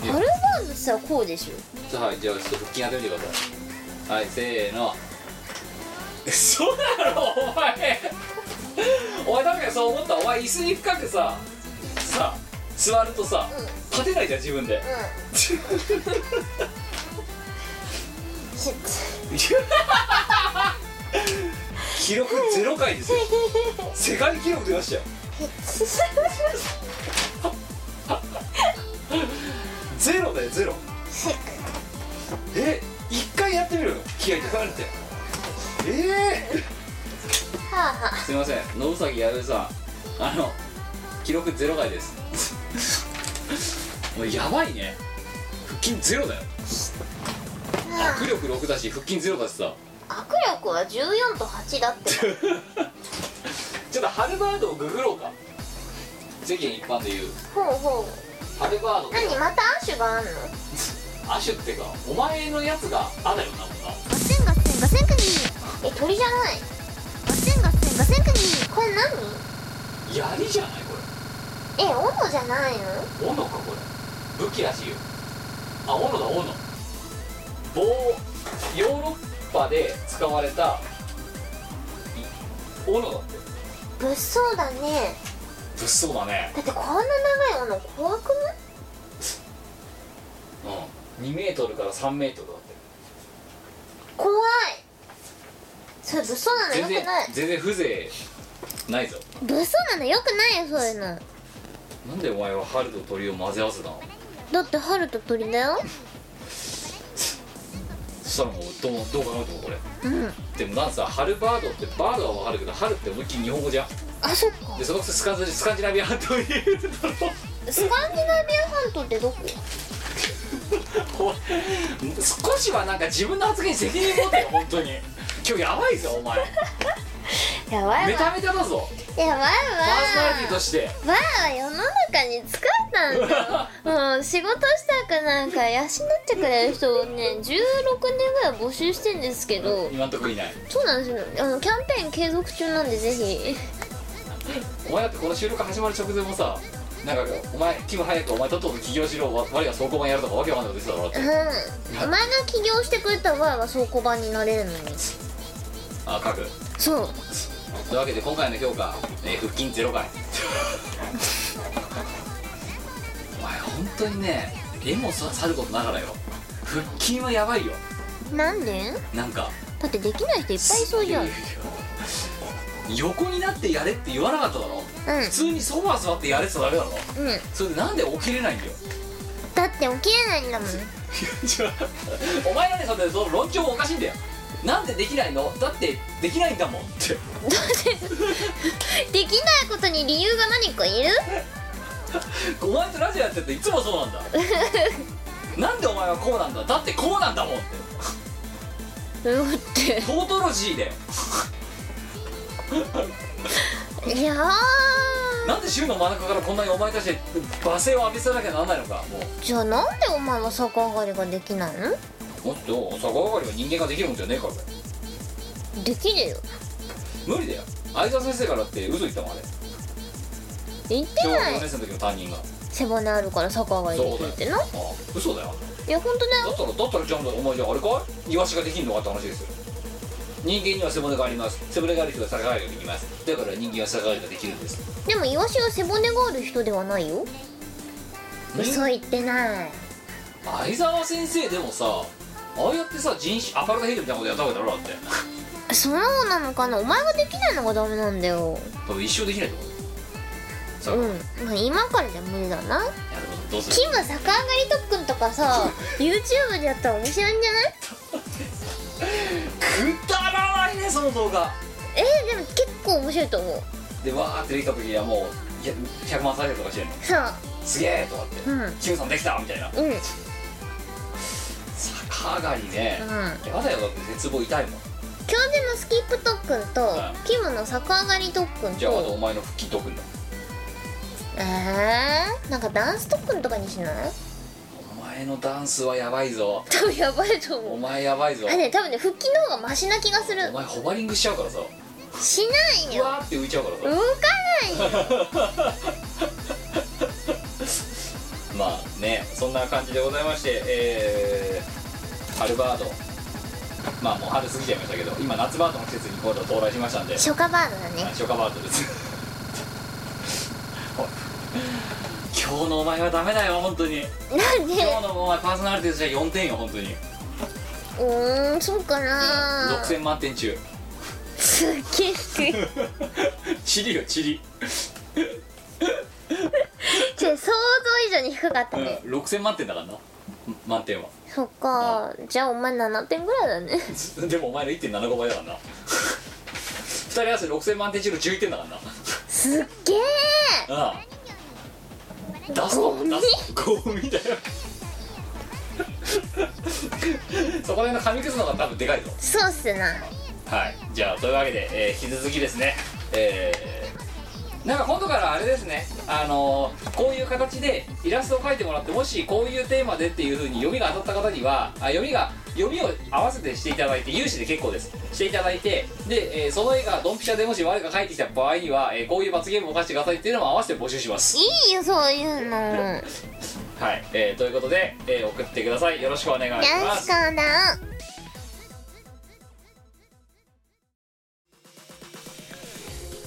B: ハルバードさあこうでしょ
A: じゃあはいじゃあちょっと腹筋やってみてくださいはいせーの 嘘だろお前 お前確かにそう思ったお前椅子に深くささ座るとさ
B: うん
A: 立てないじゃん自分で
B: うんひ
A: 記録ゼロ回ですよ世界記録出ましたよゼロだよゼロえ一回やってみろよ気合い高めてええ
B: はあはあ
A: すいません野ウサギやるさんあの記録ゼロ回です もうやばいね腹筋ゼロだよ握力6だし腹筋ゼロだしさ
B: 握力は14と8だって
A: ちょっとハルバードをググろうか世間一般でいう
B: ほうほ
A: ハルバード
B: う何またアッシュがあんの
A: アシュってかお前のやつが「あ」だよなもんな
B: ガッセンガッセンガッセンクニーえ鳥じゃないガッセンガッセンガッセンクニーこれ何
A: 槍じゃないこ
B: え斧じゃないの
A: れ斧かこれ武器らしいよあ斧だ斧棒ヨーロッパで使われたい斧だって
B: 物騒だね
A: 物騒だね
B: だってこんな長い斧怖くない
A: うん2メートルから3メートルだって
B: 怖いそれ物騒なの
A: 全
B: よく
A: 然
B: ない
A: 全然風情ないぞ
B: 物騒なのよくないよそういうの
A: なんでお前は春と鳥を混ぜ合わせたの
B: だって春と鳥だよ
A: そしたらもうどうどう考えてもこれ
B: うん
A: でもなんせさ春バードってバードは分かるけど春って思いっきり日本語じゃん
B: あそっか
A: でそのくせスカンジスカンジナビア半島にいるだろ
B: スカンジナビア半島ってどこ
A: お 少しはなんか自分の発言に責任持て よ本当に今日やばいぞお前
B: やばい
A: メタ
B: わ
A: メタだぞ
B: やばいわ
A: パーソナリティとして
B: わあ世の中に疲れたんだよもう仕事したくなんか養ってくれる人をね16年ぐらい募集してんですけど
A: 今んとこいない
B: そうなんですよあのキャンペーン継続中なんでぜひ
A: お前だってこの収録始まる直前もさなんかお前キム早くお前とっとと起業しろわ我が倉庫版やるとかわけわかんないこと言ってただろだっ
B: うん
A: て
B: お前が起業してくれたわあは倉庫版になれるのに
A: あ書く
B: そう
A: というわけで今回の評価、えー腹筋ゼロ回お前本当にね絵もささることながらよ腹筋はやばいよ
B: なんで
A: なんか
B: だってできない人いっぱいいそうじゃんうん
A: 横になってやれって言わなかっただろ、
B: うん
A: 普通にソファー座ってやれって言っただけだろそれでなんで起きれないんだよ
B: だって起きれないんだもん
A: 違う お前らねそれその論調もおかしいんだよなんでできないのだってできないんだもんって
B: できないことに理由が何かいる
A: お前とラジオやってるといつもそうなんだなんでお前はこうなんだだってこうなんだもんって
B: だって
A: トートロジーで
B: いやー
A: なんで週の真ん中からこんなにお前たちで罵声を浴びせなきゃならないのかもう
B: じゃあなんでお前は逆上がりができないの
A: もっと逆上がりは人間ができるもんじゃねえからだよ
B: できるよ
A: 無理だよ相沢先生からだって嘘言ったもんあれ
B: 言って
A: 小学
B: な
A: 4
B: い
A: 年生の時の担任が
B: 背骨あるから逆上がりできるってな
A: あ嘘だよ
B: いや本当だ
A: だ
B: よ
A: ったらだったらじゃあお前じゃああれかイワシができんのかって話ですよ人間には背骨があります背骨がある人が逆上がりができますだから人間は逆上がりができるんです
B: でもイワシは背骨がある人ではないよ嘘
A: ね
B: 言ってない
A: 相沢先生でもさああやってさ人種アパルトヘイトみたいなことやったわけだろだって
B: そうなのかなお前ができないのがダメなんだよ
A: 多分一生できないと思うよさあ、
B: う
A: やる
B: んまあ今からじゃ無理だな
A: ことどうする
B: キム逆上がり特訓とか さ YouTube でやったら面白いんじゃない
A: くだらないねその動画
B: えー、でも結構面白いと思う
A: でわーってできた時にはもういや100万再生とかしてるの
B: さあ
A: すげえとかって、
B: うん
A: キムさんできたみたいな
B: うんうん
A: 逆上がりね、やだよだって絶望痛いもん
B: 教授のスキップ特訓と
A: うん
B: キムの逆上がり特訓
A: じゃああとお
B: と
A: 前の腹筋とくんだ
B: えー、なんかダンス特訓とかにしない
A: お前のダンスはやばいぞ
B: 多分やばいと
A: お
B: 思う
A: 前やばいぞ
B: あね多分ね腹筋の方がマシな気がす
A: お
B: る
A: 前ホバリングしちゃうからさ
B: しない
A: ふ
B: よ
A: わーって浮 いちゃうから
B: 動
A: さ
B: かないよ
A: まあねそんな感じでございましてえー、春バードまあもう春過ぎちゃいましたけど今夏バードの季節に今度到来しましたんで
B: 初夏バードだね
A: 初夏バードですおい 今日のお前はダメだよ本当に
B: なん
A: 今
B: で
A: 日のお前パーソナリティとしては4点よ本当に
B: うーんそうかな
A: 6000万点中
B: すっげえ低い
A: チリよチリ、
B: ちょ想像以上に低かった
A: うん
B: ね、
A: 6000万点だからな満点は
B: そっかじゃあお前7点ぐらいだね
A: でもお前の1.75倍だからな2人合わせて6000万点中の11点だからな
B: すっげえ
A: ああ出すの
B: ゴミ
A: 出すゴミだよそこら辺の紙くずの方が多分でかいぞ
B: そうっすな
A: はいじゃあというわけで、えー引き続きですねえーなんか今度からあれですねあのーこういう形でイラストを描いてもらってもしこういうテーマでっていうふうに読みが当たった方にはあ読みが読みを合わせてしていただいて有志で結構ですしていただいてで、えーその絵がドンピシャでもし我が描いてきた場合には、えーこういう罰ゲームを課してくださいっていうのも合わせて募集します
B: いいよそういうのよ
A: はい、えーということで、えー送ってくださいよろしくお願いしま
B: し
A: す
B: かな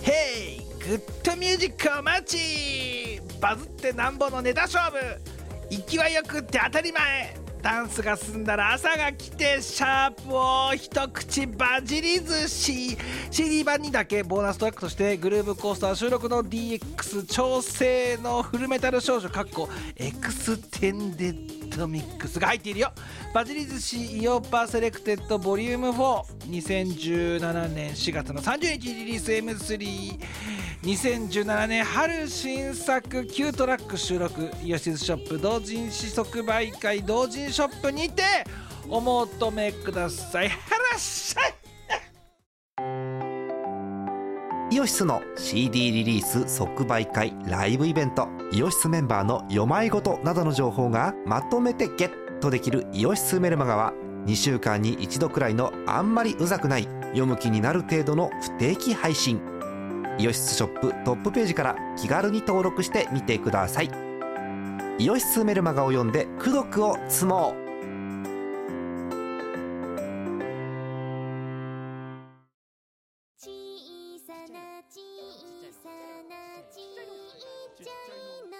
C: ヘイグッドミュージックを待ちバズってなんぼのネタ勝負勢いよくって当たり前ダンスが済んだら朝が来てシャープを一口バジり寿司 CD 版にだけボーナストラックとしてグルーブコースター収録の DX 調整のフルメタル少女かっこエクステンデッドミックスが入っているよバジリ寿司イオパセレクテッドボリューム42017年4月の30日リリース M32017 年春新作9トラック収録イオシスショップ同人誌即売会同人ショップにてお求めくださいはらっしゃい
F: イオシスの CD リリース即売会ライブイベントイオシスメンバーの読まいごとなどの情報がまとめてゲットできる「イオシスメルマガ」は2週間に1度くらいのあんまりうざくない読む気になる程度の不定期配信イオシスショップトップページから気軽に登録してみてくださいイオシスメルマガを読んで「功徳を積もう」
G: 小さな小さなちっちゃいの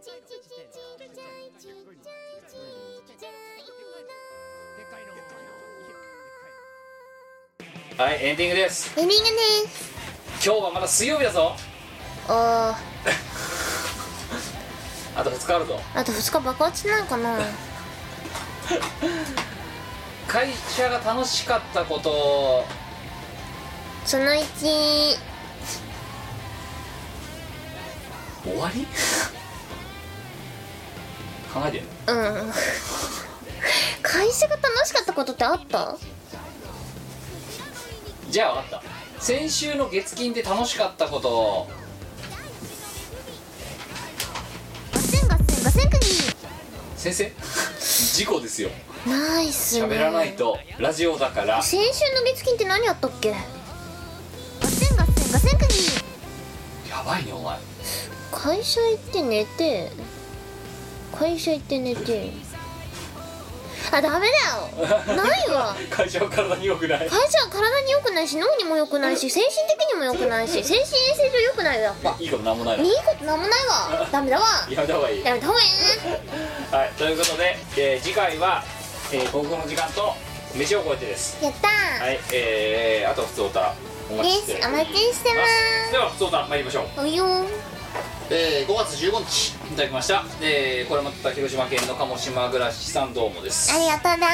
G: ちっちちっちゃいちっちゃいちっちゃい
A: はいエンディングです
B: エンディングです
A: 今日はまだ水曜日だぞ
B: おーあ
A: あと2日あるぞ
B: と2日爆発しないかな
A: 会社が楽しかったこと
B: その1
A: 終わり 考えてんの
B: うん会社が楽しかったことってあった
A: じゃあ分かった先週の月金で楽しかったこと
B: ガセンガセンガセンクギ
A: 先生 事故ですよ
B: ーナイスね
A: 喋らないとラジオだから
B: 先週の月金って何やったっけガセンガセンガセンクギー
A: やばいねお前
B: 会社行って寝て会社行って寝てあダメだよないわ
A: 会社は体に良くない
B: 会社は体に良くないし脳にも良くないし精神的にも良くないし精神衛生上良くないよやっぱ
A: いいことなんもない
B: いい
A: な
B: ことなんもないわダメだわ
A: やめた方がいい
B: やめたほうがい
A: はい、ということで、えー次回は、えー、高校の時間と飯を超えてです。
B: いやったー、
A: はい、えー、あと普通歌お待ちしており
B: ですお待ちしてま
A: では普通歌参りましょう。
B: およー
A: えー、5月15日いただきました。えー、これまた広島県の鴨島暮らしさんどうもです。
B: ありがとうだ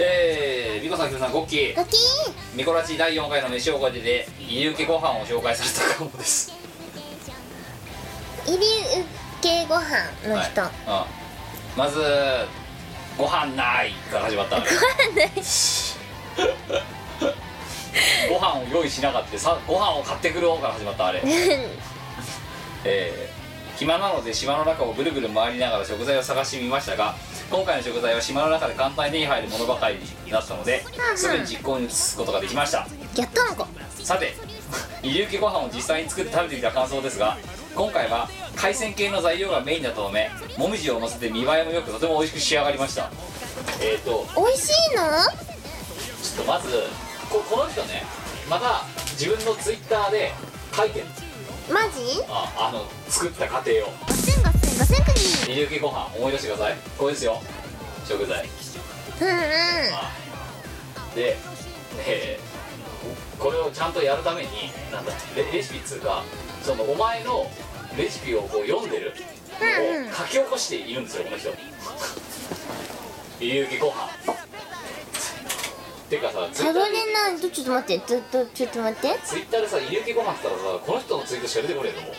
A: えー、美子さん、ひろさん、ゴッキー、
B: ごきーん
A: ミコラチ第4回の飯を超えてで、入受けご飯を紹介されたかもです。
B: 入り受けご飯の人、
A: はいうん、まずご飯ないから始まったのよご飯を用意しなかったさご飯を買ってくる方から始ま ったあれえー暇なので島の中をぐるぐる回りながら食材を探してみましたが今回の食材は島の中で簡単に手に入るものばかりだったので
B: んうん
A: すぐに実行に移すことができました
B: やったのか
A: さて入り受けご飯を実際に作って食べてみた感想ですが今回は海鮮系の材料がメインだったためもみじを乗せて見栄えも良くとても美味しく仕上がりましたえっ、ー、と
B: 美味しいの
A: ちょっとまずここの人ねまた自分のツイッターで書いてる
B: マジ
A: ああの作った過程を
B: ガセンガセンガセンクニ
A: 入り受けご飯思い出してくださいこれですよ食材
B: うんうん
A: で、えーこれをちゃんとやるためになんだレレシピっつうかそのお前のレシピをこう読んでる
B: うんう
A: の
B: ん
A: を書き起こしているんですよこの人入り受けご飯てかさツイ
B: サ
A: ッタ
B: ボ
A: ー
B: れないちょっと待ってちょっとちょっと待ってあ
A: ツイッターでさ入り受けご飯って言ったらさこの人のツイートしか出てこねえと思う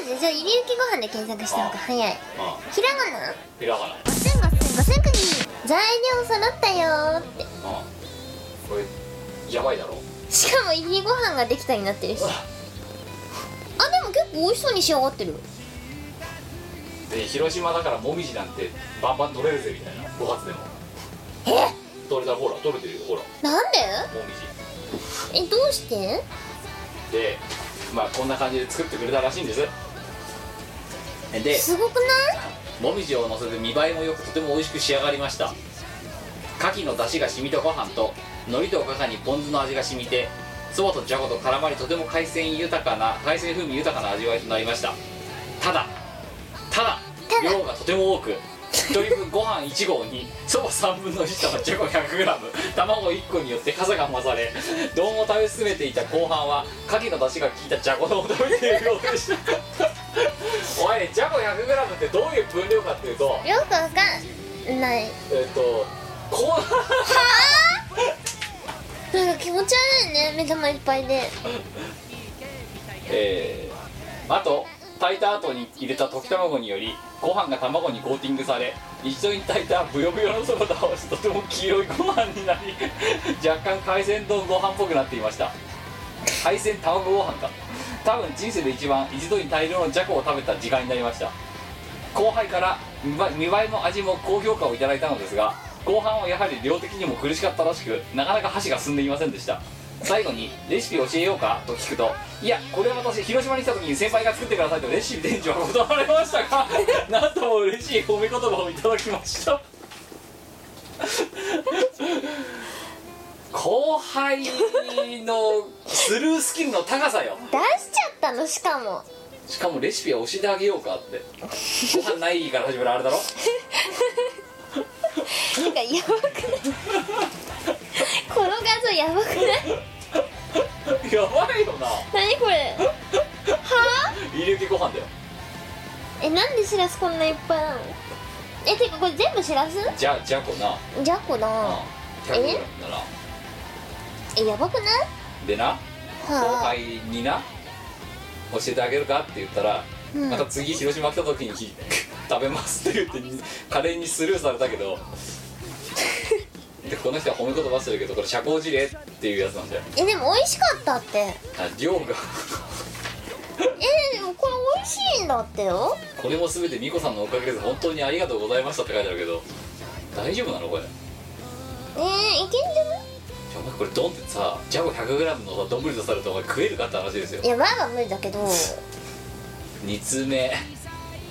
B: マジでじゃあ入りゆきご飯で検索した方が早い
A: あ
B: ひらがな
A: あひらがな
B: ガセンガセンガセンクニ材料揃ったよーって
A: ああこれやばいだろ
B: しかも入りご飯ができたになってるしあでも結構美味しそうに仕上がってる
A: で広島だからもみじなんてバンバン取れるぜみたいな5発でも
B: え
A: 取れたほら取れてるよほらも
B: なんで
A: みじ
B: えどうして
A: でまあこんな感じで作ってくれたらしいんですです
B: ごくない
A: もみじをのせて見栄えも良くとても美味しく仕上がりました牡蠣の出汁が染みたご飯と海苔とおかかにポン酢の味が染みてそばとじゃこと絡まりとても海鮮豊かな海鮮風味豊かな味わいとなりましたただただ
B: ただ
A: 量がとても多く1人分ご飯1合にそば3分の1玉じゃこ 100g 卵1個によって傘が混ざれ丼を食べ進めていた後半は牡蠣の出汁が効いたじゃこ丼を食べているようでしたお前ねじゃこ 100g ってどういう分量かっていうと
B: よくわかんない
A: えっとこう
B: なんか気持ち悪いね目玉いっぱいで
A: えーあと炊いた後に入れた溶き卵によりご飯が卵にコーティングされ一緒に炊いたブヨブヨのそばと合わせとても黄色いご飯になり 若干海鮮丼ご飯っぽくなっていました海鮮卵ご飯か多分人生で一番一度に大量のじゃこを食べた時間になりました後輩から見ば見栄えも味も高評価をいただいたのですが後半はやはり量的にも苦しかったらしくなかなか箸が進んでいませんでした最後にレシピ教えようかと聞くといやこれは私広島に来た時に先輩が作ってくださいとレシピ伝授は断られましたがなんとも嬉しい褒め言葉をいただきました後輩のスルースキルの高さよ
B: 出しちゃったのしかも
A: しかもレシピは教えてあげようかってご飯ないから始まるあれだろ
B: なんかやばくないこの画像やばくな い
A: やばいよな
B: 何これ
A: 入り受けご飯だよ
B: えなんでしらすこんないっぱいなのえてかこれ全部しらす
A: じゃじゃこな
B: じゃこだ
A: 100グラムだな
B: えやばくない
A: でな後
B: はあ
A: 輩にな教えてあげるかって言ったら、
B: うん
A: また次広島来た時に 食べますって言ってカレーにスルーされたけどでこの人は褒め言葉するけどこれ社交辞令っていうやつなんだよ
B: えでも美味しかったってえ
A: あ量が
B: でもこれ美味しいんだってよ
A: これも全て美子さんのおかげです本当にありがとうございましたって書いてあるけど大丈夫なのこれ
B: えー、いけんじゃない
A: お前これドンってさジャゴ 100g のさ丼出されるとお前食えるかって話ですよ
B: いやばいは無理だけどはい
A: 2通目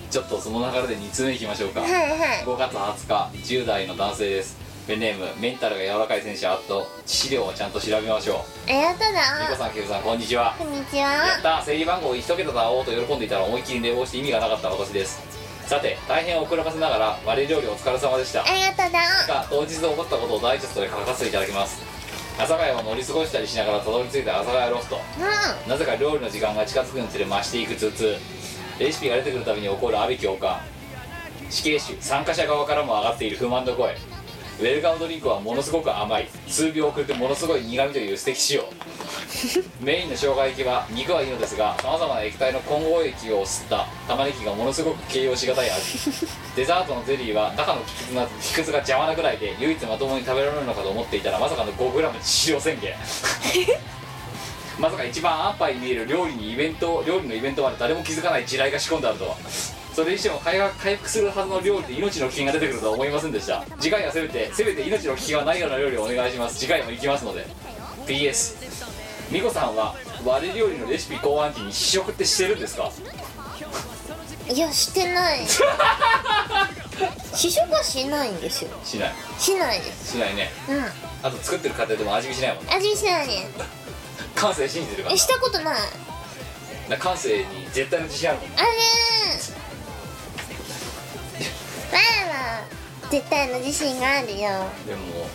A: ちょっとその流れで2通目いきましょうか
B: はい
A: 5月20日10代の男性ですペンネームメンタルが柔らかい選手あと資料をちゃんと調べましょ
B: あやった
A: う美子
B: だ
A: さんケイブさんこんにちは
B: こんにち
A: やっ
B: は
A: た整理番号1桁だおうと喜んでいたら思いっきり寝坊して意味がなかった私ですさて大変遅らかせながら我料理お疲れ様でした
B: あやっただ
A: が当日起こったことをダイジェストで書かせていただきます阿佐ヶ谷を乗り過ごしたりしながらたどり着いた阿佐ヶ谷ロフト
B: う
A: なぜか料理の時間が近づくにつれ増していく頭痛レシピが出てくるたびに起こる阿部教官死刑囚参加者側からも上がっている不満の声ウェルカムドリンクはものすごく甘い数秒遅れてものすごい苦味という素敵仕様メインの生姜焼きは肉はいいのですがさまざまな液体の混合液を吸った玉ねぎがものすごく形容しがたい味デザートのゼリーは中の木くずな木くずが邪魔なぐらいで唯一まともに食べられるのかと思っていたらまさかの 5g 致死量宣言まさか一番安パイに見える料理にイベント料理のイベントまで誰も気づかない地雷が仕込んであるとはそれにしても回復回復するはずの料理で命の危険が出てくるとは思いませんでした次回はせめてせめて命の危険はないような料理をお願いします次回も行きますので PS 美子さんは割れ料理のレシピ考案時に試食ってしてるんですか
B: いやしてない 試食はしないんですよ
A: しない
B: しないです
A: しないね
B: うん
A: あと作ってる過程でも味見しないもんね
B: 味見しないね
A: 感性信じてるから
B: え
A: な
B: したこと
A: だ
B: ない
A: から感性に絶対の自信あるもんね
B: あれーわらわ絶対の自信があるよ
A: でも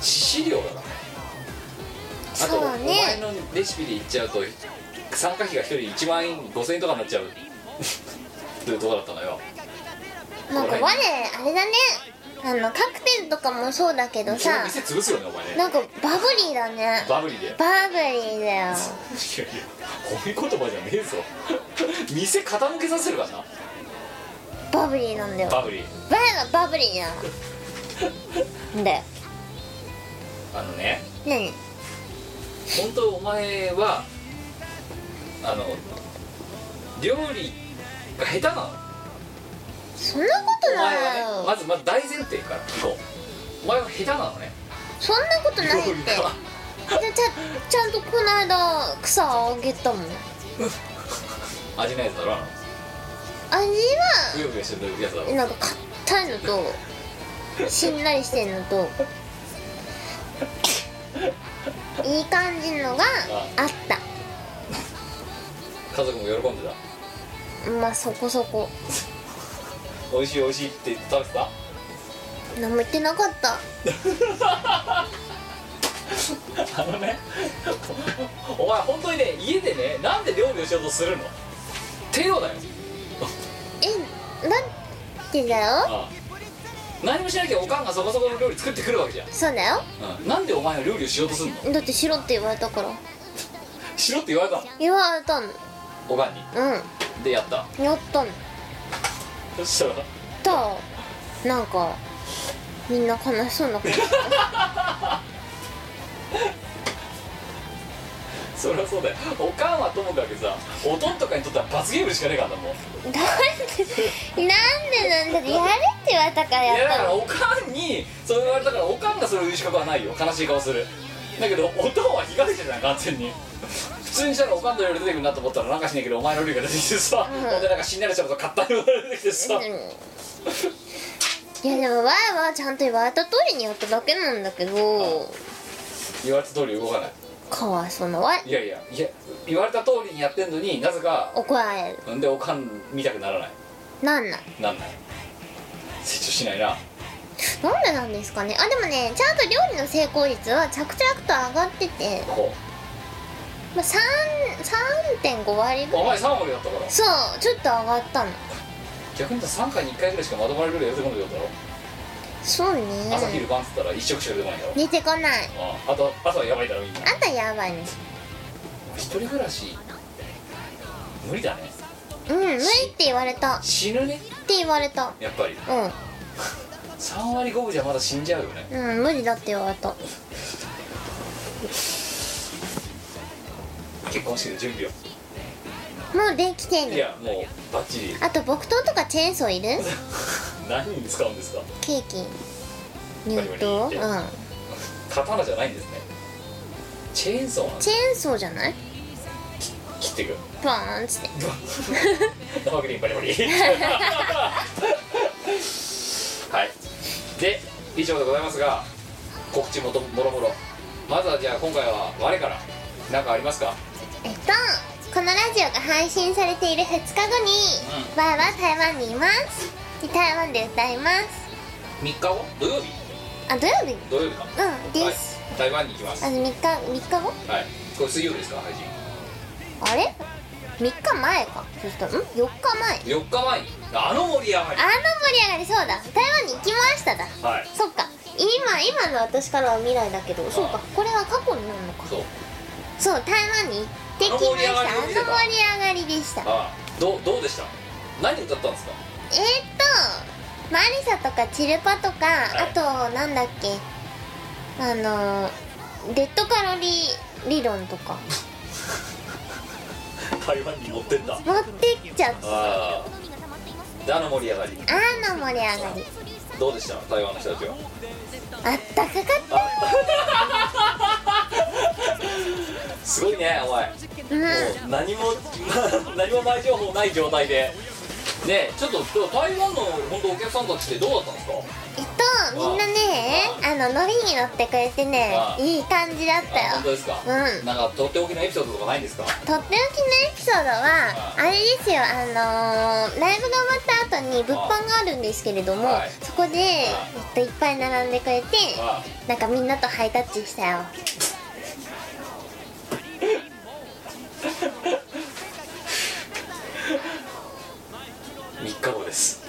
A: 致死量だからあと
B: そ
A: お
B: う
A: 前
B: ね
A: のレシピでいっちゃうと参加費が1人1万円5000円とかになっちゃう というとこだったのよ
B: なんか我あれだねあのカクテルとかもそうだけど
A: その
B: さ
A: 店潰すよねお前ね
B: なんかバブリーだね
A: バブリーでいやい
B: バブリーだよ
A: や褒め言葉じゃねえぞ店傾けさせるからな
B: バブリーなんだよ
A: バブリー
B: バーがバブリーじゃんだよ
A: あのね
B: 何
A: 本当お前はあの料理が下手なの
B: そんなこと
A: お
B: な
A: 前
B: い
A: はね
B: よ
A: まずまず大前提から聞こうお前は下手なのね
B: そんなことないってでち
A: 料
B: ゃちゃんとこの間草あげたもん
A: 理が味ないやつだろあの
B: 味
A: うようよしてるやつだろ
B: はなんか硬いのとしんなりしてんのといい感じのがあった
A: 家族も喜んでた
B: まあそこそこ
A: 美味しい美味しいって言って食べてた
B: 何も言ってなかった
A: あのねおお前本当にね家でねなんで料理をしようとするの手をだよ
B: えだってだよ
A: ああ何もしなきゃおかんがそこそこの料理作ってくるわけじゃん、
B: そうだよ
A: うん、なんでお前は料理をしようとするの
B: だってしろって言われたから
A: しろって言われたの
B: 言われたの
A: おかんに
B: う
A: でやった
B: んやったの
A: そしたら
B: となんかみんな悲しそうな顔して
A: そりゃそうだよおかんはともかくさおとんとかにとっては罰ゲームしかねえからなもう
B: なんでなんでなんだってやれって言われたから
A: いや
B: や
A: だ
B: った
A: から
B: の
A: おかんにそう言われたからおかんがそれを言う資格はないよ悲しい顔するだけどおとんは被害者じゃん完全に普通にしたらおかんの料理出てくるなと思ったらなんかしねえけどお前の料理が出てきてさ、
B: ん
A: ほんでなんかしんなりしたこと買ったようなのが出てきてさ、
B: うんいやでもわいはちゃんと言われた通りにやっただけなんだけど
A: 言われた通り動かない
B: かわいそうなわい
A: いやいやいや言われた通りにやってんのになぜか
B: 怒られる
A: んでおかん見たくならない
B: なんない
A: なんない成長しないな
B: なんでなんですかねあでもねちゃんと料理の成功率は着々と上がってて、
A: こ
B: まあ、3.5割
A: う
B: ぐ
A: お
B: らい
A: 前3割だったから
B: そうちょっと上がったの
A: 逆に言ったら3回に1回ぐらいしかまとまる料理が出てこないってことだろ、
B: そうね
A: 朝昼晩っつったら1食しか出てこないんだろ
B: 出てこない
A: ああと朝はやばいだろみんな
B: あんたやばいね
A: 一人暮らし無理だね
B: うん無理って言われたっ
A: 死ぬね
B: て言われた
A: やっぱり
B: う
A: 3割5分じゃまだ死んじゃうよね
B: んうん無理だって言われた
A: 結婚式の準備を
B: もうできてん
A: い
B: の
A: やもうバッチリ
B: あと木刀とかチェーンソーいる
A: 何に使うんですか
B: ケーキ入刀うん
A: 刀じゃないんですねチェーンソーなんです
B: チェーンソーじゃない
A: 切 っていく
B: バーンっつって
A: 生クリームバリバ リはいで以上でございますが告知もともろもろまずはじゃあ今回は我から何かありますか
B: えっとこのラジオが配信されている2日後に、バーは台湾にいますで台湾で歌います
A: 3日後土曜日
B: あ土曜日
A: 土曜日か
B: うんです、
A: はい、台湾に行きます
B: あ
A: はい
B: の3日3日後
A: これ水曜日ですか配信
B: あれ3日前かそしたらん4日前
A: 4日前にあの盛り上がり
B: あの盛り上がりそうだ台湾に行きましただ
A: はい
B: そっか今今の私からは未来だけどそうかこれは過去になるのか
A: そう
B: そう台湾に行ってきましたあ
A: あの
B: の
A: 盛
B: 盛
A: り上が
B: り上がりでしたえー
A: あ
B: っ
A: あどうどうでした何歌ったんですか
B: とマリサとかチルパとか、あとなんだっけあのーデッドカロリー理論とか
A: 台湾に持ってった
B: 持ってっちゃった
A: ああであの盛り上がり
B: あの盛り上がり
A: どうでした台湾の人たちは
B: あったかかっ
A: すごいねお前もう何も 何も前情報ない状態でねちょっと台湾の本当お客さんたちってどうだったんですか
B: えっとみんなねあの乗りに乗ってくれてね
A: あ
B: いい感じだっ
A: あ本
B: た
A: 当
B: よ
A: ですか、
B: うん
A: なんかとっておきのエピソードとかないんですか
B: とっておきのエピソードはあれですよあのーライブが終わった後に物販があるんですけれども
A: はい
B: そこで、えっと、いっぱい並んでくれて
A: あ
B: なんかみんなとハイタッチしたよ
A: 3日後です、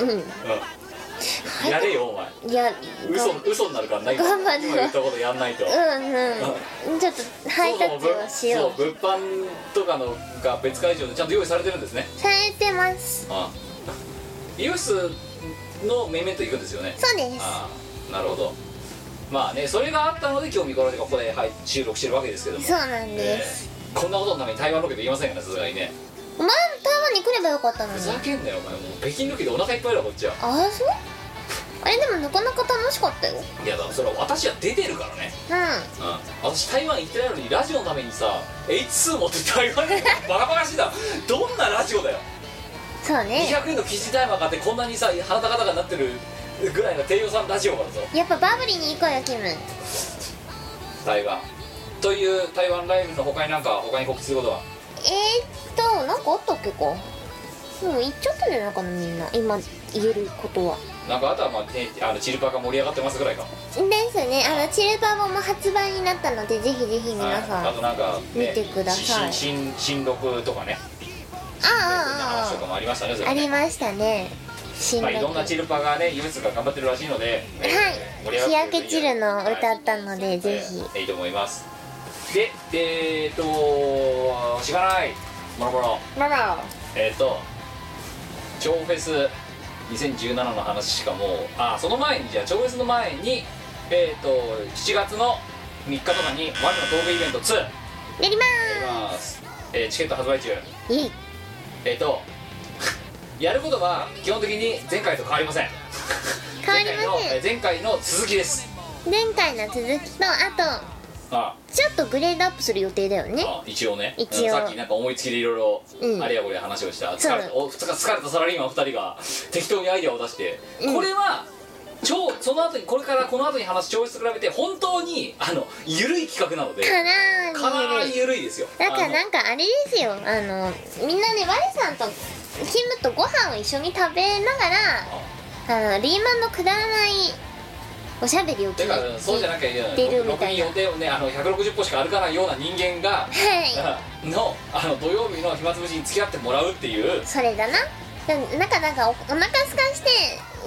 B: う
A: うん、やれよお前
B: んいや
A: 嘘嘘になるからな今
B: 頑張るよ
A: 今言ったことやんないと、
B: うんうんちょっとハイタッチをしよ
A: そう物販とかのが別会場でちゃんと用意されてるんですね
B: うされてます
A: ああイオシスの面々と行くんですよね
B: そうです
A: ああなるほどまあねそれがあったので今日見こられがここで、はい、収録してるわけですけども
B: そうなん
A: え
B: です
A: ーこんなことのために台湾ロケで言いませんよねさすがにね
B: お前も台湾に来ればよかったの
A: ふ
B: に
A: ざけんなよお前もう北京ロケでお腹いっぱいだこっちは
B: ああそうあれでもなかなか楽しかったようん
A: いやだからそれは私は出てるからねうん私台湾行ってないのにラジオのためにさ H2 持って台湾にバカバカしいだどんなラジオだよ
B: そうね
A: 200円の生地タイマー買ってこんなにさ鼻高々になってるぐらいの低予算ラジオからぞ
B: やっぱバブリーに行こうよキム
A: 台湾という台湾ライブの他になんか他に告知することは
B: えー、っとなんかあったっけかもう行っちゃったんじゃないかなみんな今言えることは
A: なんかあとはまあ、ね、あのチルパーが盛り上がってますぐらいか
B: ですねあのチルパボも発売になったのでぜひぜひ皆さん、
A: はいあとなんか、ね、
B: 見てください
A: し新新録とかね
B: あ
A: 話と
B: ああ
A: かもありましたねそれ
B: ああ
A: はね
B: りましたね新
A: まあ、
B: 録
A: いろんなチルパがね、ユースが頑張ってるらしいので、えー盛
B: は
A: り上
B: い日
A: がっ
B: 焼
A: てる
B: けチルの歌ったので、ぜひ、
A: はいいいと思いますでえー、っとしがないもろもろ
B: ママ
A: えー、っと超フェス2017の話しかもうあその前にじゃあ超フェスの前にえー、っと7月の3日とかに「ワニの東京イベント2」や
B: やりま
A: ります、えーチケット発売中
B: ーすイエイ
A: えー、っと やることは基本的に前回と変わりません
B: 変わりませ
A: 前回のえ
B: ん
A: ー前回の続きです
B: 前回の続きとあ
A: あ
B: とちょっとグレードアップする予定だよね
A: あ一応ね
B: 一応
A: うんさっきなんか思いつきでいろいろ
B: うん
A: あれやこれや話をした、
B: そう
A: 疲れたお疲れ疲れたサラリーマン2人が 適当にアイデアを出して、これは超その後にこれからこの後に話す超質と比べて本当にあの緩い企画なので
B: かな
A: かな
B: ー
A: り
B: に
A: 緩いですよ
B: だから
A: あの
B: なんかあれですよあのみんなね我さんとキムとご飯を一緒に食べながらあのリーマンのくだらないおしゃべりを聞
A: て
B: い
A: かそうじゃなきゃいけない
B: み
A: 僕
B: たい
A: に
B: な
A: 予定をねあの160歩しか歩かないような人間が
B: は
A: のあの土曜日の暇つぶしに付き合ってもらうっていう
B: いそれだなでなんかなんかおお腹すかして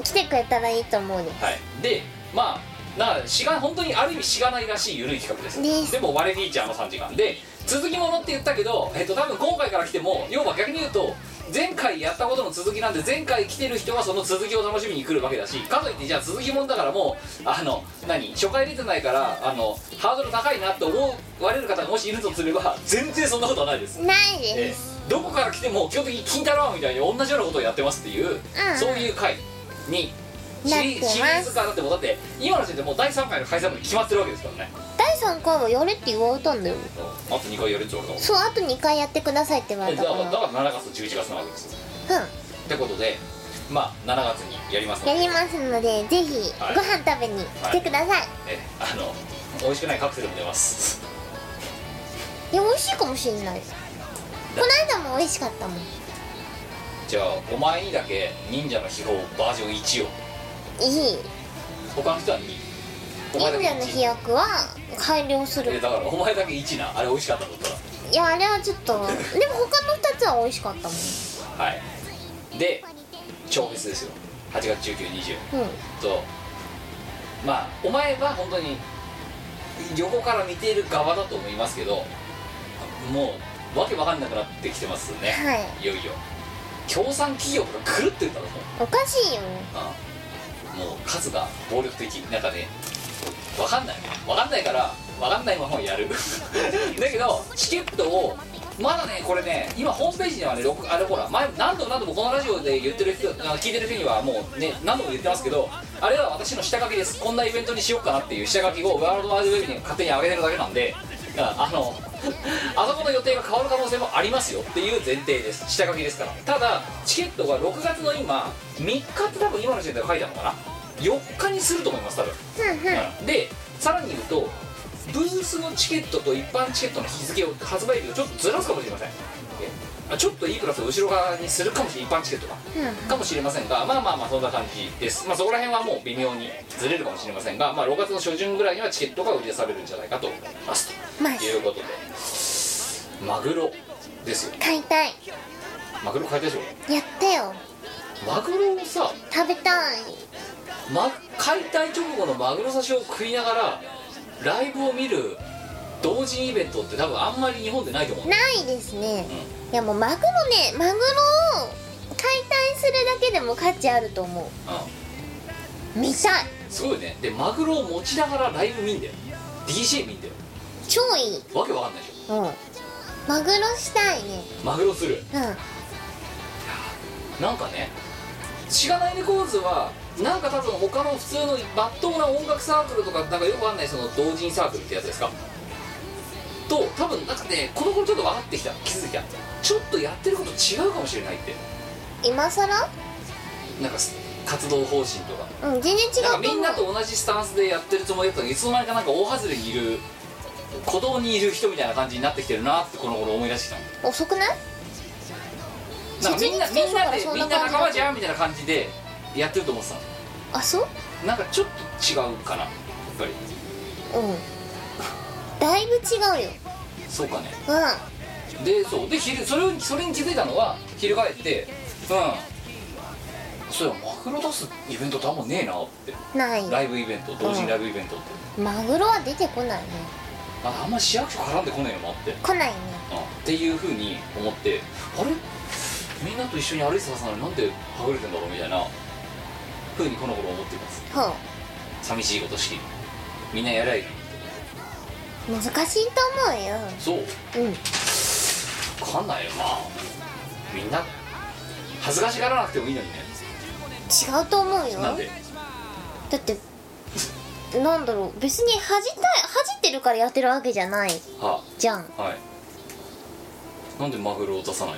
B: 来てくれたらいいと思うね
A: はい、でまあだからしが本当にある意味しがないらしい緩い企画です
B: です
A: でも割れにいちゃうの3時間で続きものって言ったけど、えっと、多分今回から来ても要は逆に言うと前回やったことの続きなんで前回来てる人はその続きを楽しみに来るわけだしかといってじゃあ続きもんだからもうあの何初回出てないからあのハードル高いなって思われる方がもしいるとすれば全然そんなことはないです
B: ないで
A: え
B: す
A: えどこから来ても基本的に金太郎みたいに同じようなことをやってますっていう、そういう回にシ
B: なっ
A: リ
B: てます
A: シリーズ化だってもうだって今の時点でもう第3回の開催まで決まってるわけですからね
B: 第3回はやれって言われたんだよ
A: あと2回やるって言われた
B: そうあと2回やってくださいって言わ
A: もん
B: れ
A: え
B: た
A: だ
B: か
A: かららだから7月と11月なわけですよ
B: うん
A: ってことでまあ7月にやりますの
B: や
A: で、
B: りますのでぜひ
A: はい
B: ご飯食べに来てください、
A: ええあの美味しくないカプセルも出ます
B: い、や美味しいかもしれないこの間も美味しかったもん
A: じゃあお前にだけ忍者の秘宝バージョン1を
B: いい
A: 他の人は2お前だ
B: 忍
A: け
B: 者の飛
A: 1
B: 躍は改良す
A: ええ
B: る
A: だからお前だけ1なあれ美味しかったんだったら
B: いやあれはちょっ とでも他の2つは美味しかったもん
A: はいで超フェスですよ8月1920
B: うん
A: とまあお前は本当に横から見ている側だと思いますけどもうわけわかんなくなってきてますね
B: はい
A: いよいよ共産企業が狂ってるだろう
B: おかしいよ
A: あもう数が暴力的なんかねわかんないわかんないからわかんないままやるだけどチケットをまだねこれね今ホームページにはね録あれほら前何度も何度もこのラジオで言ってる人あの聞いてる人にはもうね何度も言ってますけどあれは私の下書きですこんなイベントにしようかなっていう下書きをワールドワイドウェブに勝手に上げてるだけなんでああの あそこの予定が変わる可能性もありますよっていう前提です下書きですからただチケットが6月の今3日って多分今の時点で書いてあるのかな4日にすると思います多分でさらに言うとブースのチケットと一般チケットの日付を発売日をちょっとずらすかもしれませんえあちょっといいプラスを後ろ側にするかもしれない一般チケットが、かもしれませんがまあまあまあそんな感じですまあそこら辺はもう微妙にずれるかもしれませんがまあ6月の初旬ぐらいにはチケットが売り出されるんじゃないかと思います
B: まあ
A: ということでマグロですよ
B: 買いたい
A: マグロ買いたいでしょ
B: やってよ
A: マグロをさ
B: 食べたい
A: ま、解体直後のマグロ刺しを食いながらライブを見る同人イベントって多分あんまり日本でないと思う
B: ないですねいやもうマグロねマグロを解体するだけでも価値あると思
A: う
B: う見たい
A: んすごいねでマグロを持ちながらライブ見んだよ DJ 見んだよ
B: 超いい
A: わけわかんないでし
B: うんマグロしたいね
A: ょマグロする
B: うん
A: なんかねしがないレコーズはなんか多分他の普通のまっとうな音楽サークルとかなんかよくわかんないその同人サークルってやつですかと多分なんかねこの頃ちょっと分かってきた気づいたちょっとやってること違うかもしれないって
B: 今更
A: なんかす活動方針とか
B: うん全然違う
A: なんか
B: と思う
A: みんなと同じスタンスでやってるつもりだったのにいつの間にかなんか大外れにいる鼓動にいる人みたいな感じになってきてるなってこの頃思い出してき
B: 遅くない
A: たなんかみんな
B: 設
A: みん
B: 立
A: な
B: 当初から
A: で
B: そん
A: み
B: な
A: な
B: ん感じだった
A: 仲間じゃんみたいな感じでやってると思って
B: あそう
A: たなんかちょっと違うかなやっぱり
B: うんだいぶ違うよ
A: そうかね
B: うん
A: でそうで昼それをそれに気づいたのは翻ってうんそうやマグロ出すイベントってあんまねえなって
B: ない
A: ライブイベント同時にライブイベントって、
B: マグロは出てこないね
A: なんかあんま市役所絡んでこねえよなって
B: 来ないね
A: っていうふうに思ってあれみんなと一緒に歩いてたはずなのになんではぐれてんだろうみたいなふうにこの頃思っています
B: ほ
A: 寂しいことしきりみんなやらい
B: うん難しいと思うよ
A: そう
B: うん
A: 分かんないよなみんな恥ずかしがらなくてもいいのにね
B: 違うと思うよ
A: なんで
B: だってなんだろう別に恥じたい恥じてるからやってるわけじゃない
A: は
B: じゃん
A: あはいなんでマグロを出さない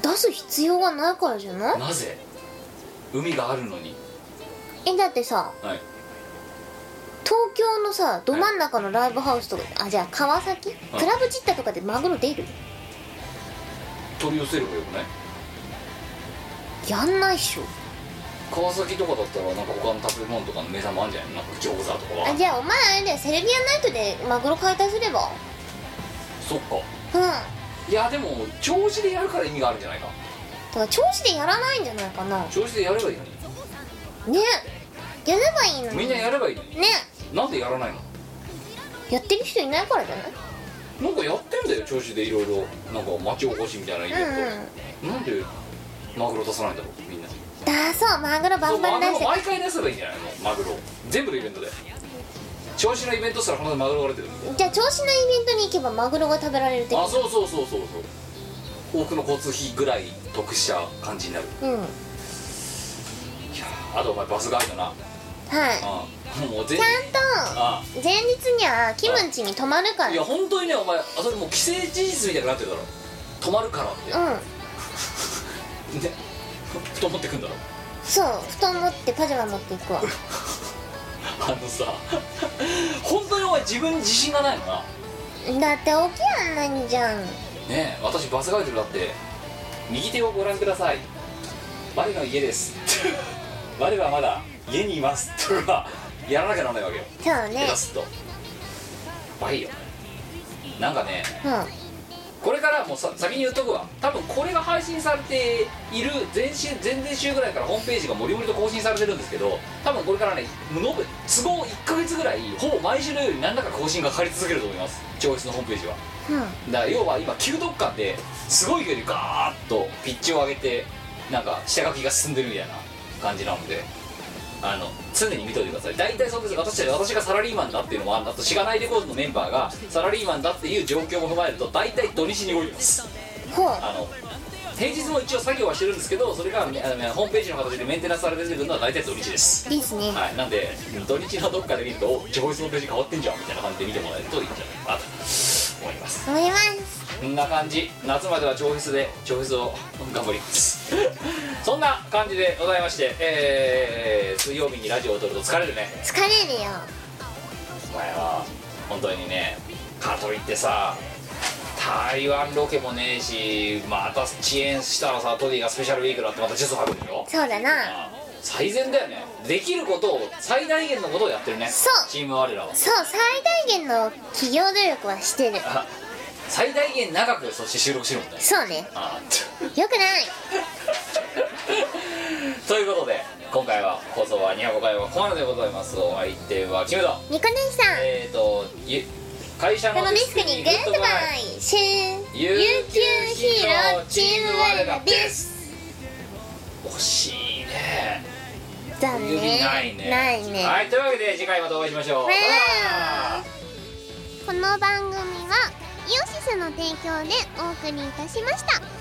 B: 出す必要がないからじゃな
A: の
B: い
A: なぜ海があるのに
B: えだってさ
A: はい
B: 東京のさど真ん中のライブハウスとかあじゃあ川崎クラブチッタとかでマグロ出る
A: 取り寄せればよくない
B: やんないっしょ
A: 川崎とかだったらなんか他の食べ物とかの目玉あんじゃないのなんか餃子とか
B: あ
A: は
B: じゃあお前あれだよセルビアナイトでマグロ解体すれば
A: そっか
B: うんだ
A: いやでも調子でやるから意味があるんじゃないか
B: から調子でやらないんじゃないかなね
A: 調子でやればいいのに
B: やればいいの
A: み
B: に
A: んな
B: ね
A: やればいいのになんでやらないの
B: やってる人いないからじゃない
A: なんかやってんだよ調子でいろいろなんか町おこしみたいなイベント、なんでマグロ出さないんだろうみんな
B: だそうマグロバ
A: そう
B: ンバ
A: マ
B: ン
A: グ
B: 出し
A: ロ
B: て
A: 毎回出せばいいんじゃないのマグロ全部のイベントで調子のイベントしたらこのマグロが出てくる
B: じゃあ調子のイベントに行けばマグロが食べられるってこ
A: あそうそうそうそうそう多くの交通費ぐらい得した感じになる
B: とうんはい
A: いやーあとお前バスガイドなあもう全然
B: ちゃ
A: あ
B: んと前日にはキムチに泊まるから
A: いや本当にねお前あそれもう既成事実みたいになってるだろ止まるからって
B: うん
A: ねふと持ってくんだろ
B: そう布団持ってパジャマ持ってい くわ
A: あのさ本当にお前自分に自信がないのな
B: だって起きらんないんじゃん
A: ねえ私バスガイドだって右手をご覧ください我の家です 我はまだ家にいますとかやらなきゃならないわけよ
B: そう
A: 下
B: ね
A: 手すっとまあいいよなんかね
B: うん
A: これからもうさ先に言っとくわ多分これが配信されている前週前々週ぐらいからホームページがもりもりと更新されてるんですけど多分これからね延べ都合1ヶ月ぐらいほぼ毎週のように何らか更新がかかり続けると思います調室のホームページは
B: うん
A: だから要は今急読感ですごい勢いでガーッとピッチを上げてなんか下書きが進んでるみたいな感じなのであの常に見といてください大体そうです私たち私がサラリーマンだっていうのもああとしがないレコードのメンバーがサラリーマンだっていう状況も踏まえると大体土日に動いてます
B: ほう
A: あの平日も一応作業はしてるんですけどそれがねあのホームページの形でメンテナンスされてるのは大体土日です
B: ですね
A: はい、なんで土日のどっかで見ると「お上質のページ変わってんじゃん」みたいな感じで見てもらえるといいんじゃないかなと
B: 思います
A: こんな感じ夏までは超フェスで超フェスを頑張ります そんな感じでございまして、えー水曜日にラジオを撮ると疲れるね
B: 疲れるよ
A: お前は本当にねかといってさ台湾ロケもねえしまた遅延したらさトディがスペシャルウィークだってまたジュース吐くでしょ
B: そうだな
A: 最善だよねできることを最大限のことをやってるね
B: そう
A: チーム我らは
B: そう最大限の企業努力はしてる
A: あ最大限長くそして収録してるもんね
B: そうね
A: あ
B: よくない
A: ということで今回は放送は2 0 5回はここまででございますお相手はキムだ
B: ニコ姉さん
A: えーとゆ会社
B: こ
A: の
B: のディスクにグッドバイ新
A: 悠
B: 琉
A: 久
B: 球ヒーローチーム我らです
A: 惜しいね
B: 残念
A: ないね
B: ないね
A: はいというわけで次回またお会いしましょう、
B: わあこの番組はイオシスの提供でお送りいたしました